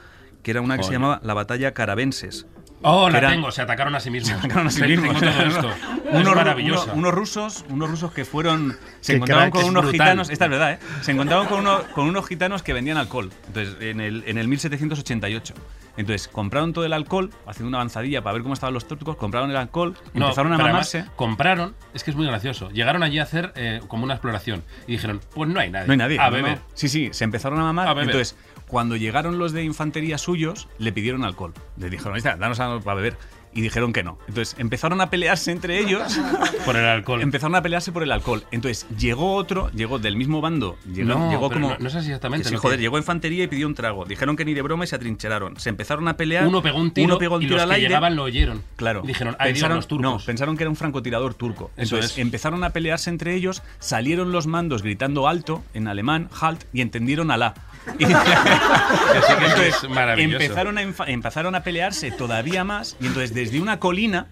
S3: que era una que se
S2: Joder.
S3: llamaba la batalla carabenses.
S2: Oh,
S3: que
S2: la
S3: era-
S2: tengo, se atacaron a sí mismos.
S3: Se atacaron a sí
S2: Tengo
S3: mismos.
S2: todo esto. Es
S3: Unos-
S2: maravillosa.
S3: unos- unos rusos, unos rusos que fueron. Se
S2: Qué
S3: encontraron
S2: crack,
S3: con
S2: es
S3: unos
S2: brutal.
S3: gitanos. Esta es verdad, ¿eh? Se encontraron con, uno- con unos gitanos que vendían alcohol. Entonces, en el, en el 1788. Entonces, compraron todo el alcohol, haciendo una avanzadilla para ver cómo estaban los turcos, compraron el alcohol,
S2: No,
S3: empezaron a
S2: pero
S3: mamarse.
S2: además, compraron, es que es muy gracioso. Llegaron allí a hacer eh, como una exploración y dijeron, pues no hay nadie.
S3: No hay nadie.
S2: A
S3: no, no.
S2: beber.
S3: Sí, sí, se empezaron a mamar.
S2: A beber.
S3: Entonces, cuando llegaron los de infantería suyos, le pidieron alcohol. Les dijeron, "Oye, danos algo para beber. Y dijeron que no. Entonces empezaron a pelearse entre ellos.
S2: Por el alcohol.
S3: Empezaron a pelearse por el alcohol. Entonces llegó otro, llegó del mismo bando. Llegó,
S2: No,
S3: llegó
S2: pero
S3: como.
S2: no- no sé exactamente
S3: que sí,
S2: lo que-
S3: joder, llegó a infantería y pidió un trago. Dijeron que ni de broma y se atrincheraron. Se empezaron a pelear.
S2: Uno pegó un tiro
S3: uno pegó un
S2: y
S3: tiro
S2: los
S3: al
S2: que
S3: aire.
S2: llegaban lo oyeron.
S3: Claro.
S2: Y dijeron, "Ay, Dios, los turcos".
S3: No, pensaron que era un francotirador turco.
S2: Eso es.
S3: Entonces empezaron a pelearse entre ellos, salieron los mandos gritando alto en alemán, halt, y entendieron alá. Y-
S2: que eso es
S3: Entonces,
S2: maravilloso.
S3: Empezaron a, enfa- empezaron a pelearse todavía más y entonces desde una colina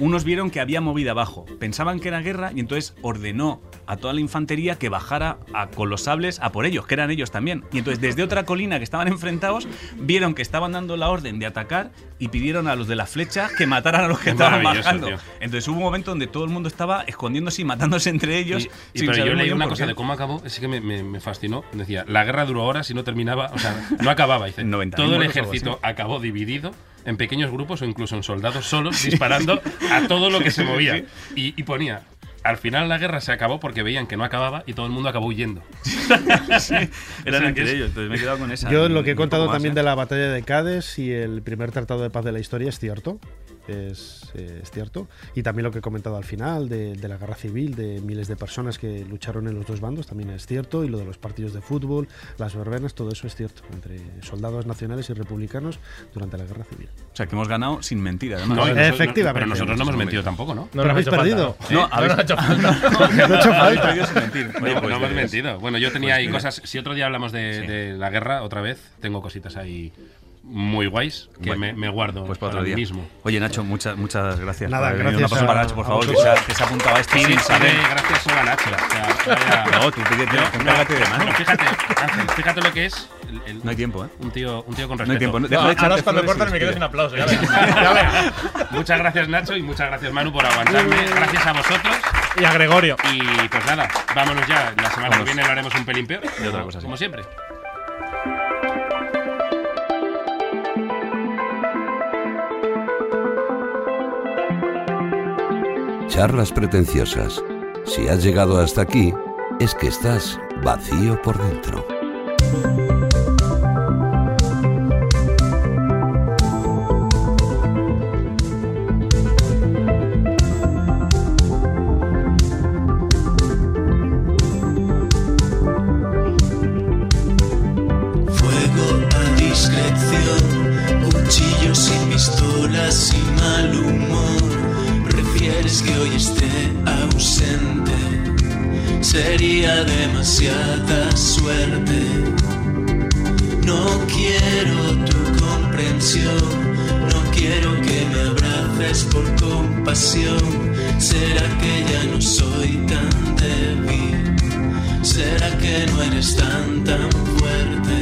S3: unos vieron que había movida abajo. Pensaban que era guerra y entonces ordenó a toda la infantería que bajara a- con los sables a por ellos, que eran ellos también. Y entonces desde otra colina que estaban enfrentados vieron que estaban dando la orden de atacar y pidieron a los de la flecha que mataran a los que estaban
S2: Maravilloso,
S3: bajando.
S2: tío.
S3: Entonces hubo un momento donde todo el mundo estaba escondiéndose y matándose entre ellos.
S2: Y- y
S3: sin
S2: pero
S3: saber
S2: yo
S3: muy
S2: leí
S3: bien
S2: una
S3: por
S2: cosa
S3: qué.
S2: de cómo acabó, así que me, me- me fascinó. Decía, la guerra duró horas y no terminaba, o sea, no acababa. Dice,
S3: 90.000
S2: todo el
S3: muertos o algo
S2: ejército
S3: así.
S2: acabó dividido en pequeños grupos o incluso en soldados solos disparando a todo lo que
S3: Sí,
S2: se
S3: sí,
S2: movía.
S3: sí.
S2: Y, y ponía, al final la guerra se acabó porque veían que no acababa y todo el mundo acabó huyendo.
S3: Eran
S2: O sea, que
S3: entre
S2: es-
S3: ellos, entonces me he quedado con esa.
S8: Yo en lo que
S3: Un
S8: he
S3: poco
S8: contado
S3: más,
S8: también
S3: ¿eh?
S8: de la batalla de Cádiz y el primer tratado de paz de la historia es cierto. Es, eh, es cierto. Y también lo que he comentado al final de, de la guerra civil, de miles de personas que lucharon en los dos bandos, también es cierto. Y lo de los partidos de fútbol, las verbenas, todo eso es cierto. Entre soldados nacionales y republicanos durante la guerra civil.
S3: O sea, que hemos ganado sin mentir, además.
S2: No, y nosotros-
S8: Efectivamente.
S2: Pero nosotros no hemos mentido tampoco, ¿no?
S8: Pero habéis perdido.
S2: ¿eh?
S3: No, habéis-
S8: No ha hecho
S3: Habéis
S8: falta.
S3: perdido sin mentir. Oye,
S2: no,
S3: pues,
S2: no hemos
S3: pues,
S2: mentido. Bueno, yo tenía
S3: pues,
S2: ahí
S3: mira.
S2: cosas. Si otro día hablamos de, de la guerra otra vez, tengo cositas ahí muy guays que
S3: Bueno,
S2: me, me guardo
S3: Pues para otro
S2: para mí
S3: día.
S2: mismo.
S3: Oye, Nacho, muchas, muchas gracias.
S2: Nada,
S3: por haber venido.
S2: gracias
S3: Un aplauso
S2: a-
S3: para Nacho, por
S2: a
S3: favor, que se, ha,
S2: vosotros.
S3: que se ha apuntado a esto
S2: Sí,
S3: sin
S2: sí,
S3: saber.
S2: gracias solo a Nacho. O sea, vaya-
S3: No, tú pídete,
S2: Yo-
S3: encárgate de mano.
S2: Bueno, fíjate, Ángel, fíjate lo que es. el- el-
S3: No hay tiempo, ¿eh?
S2: Un tío, un tío con
S3: No hay
S2: respeto.
S3: tiempo, no- deja de No, ahora es echarte cuando flores y cortan,
S2: cortan
S3: me quedo despide. sin
S2: aplausos.
S3: aplauso, ya verás. Ya
S2: muchas gracias, Nacho, y muchas gracias, Manu, por aguantarme. Gracias a vosotros.
S13: Y a Gregorio.
S2: Y pues nada, vámonos ya. La semana
S3: Vamos.
S2: que viene lo haremos un pelín peor.
S3: Y otra cosa, sí.
S2: Como siempre.
S5: Charlas pretenciosas. Si has llegado hasta aquí, es que estás vacío por dentro.
S1: Fuego a discreción, cuchillos y pistolas y mal humor. Prefieres que hoy esté ausente, sería demasiada suerte. No quiero tu comprensión, no quiero que me abraces por compasión. ¿Será que ya no soy tan débil? ¿Será que no eres tan tan fuerte?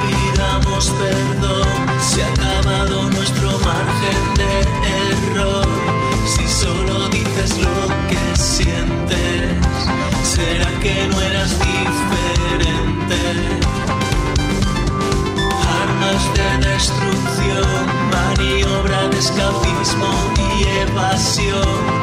S1: pidamos perdón, se ha acabado nuestro margen de error. Si solo dices lo que sientes, será que no eras diferente. Armas de destrucción, maniobra de escapismo y evasión.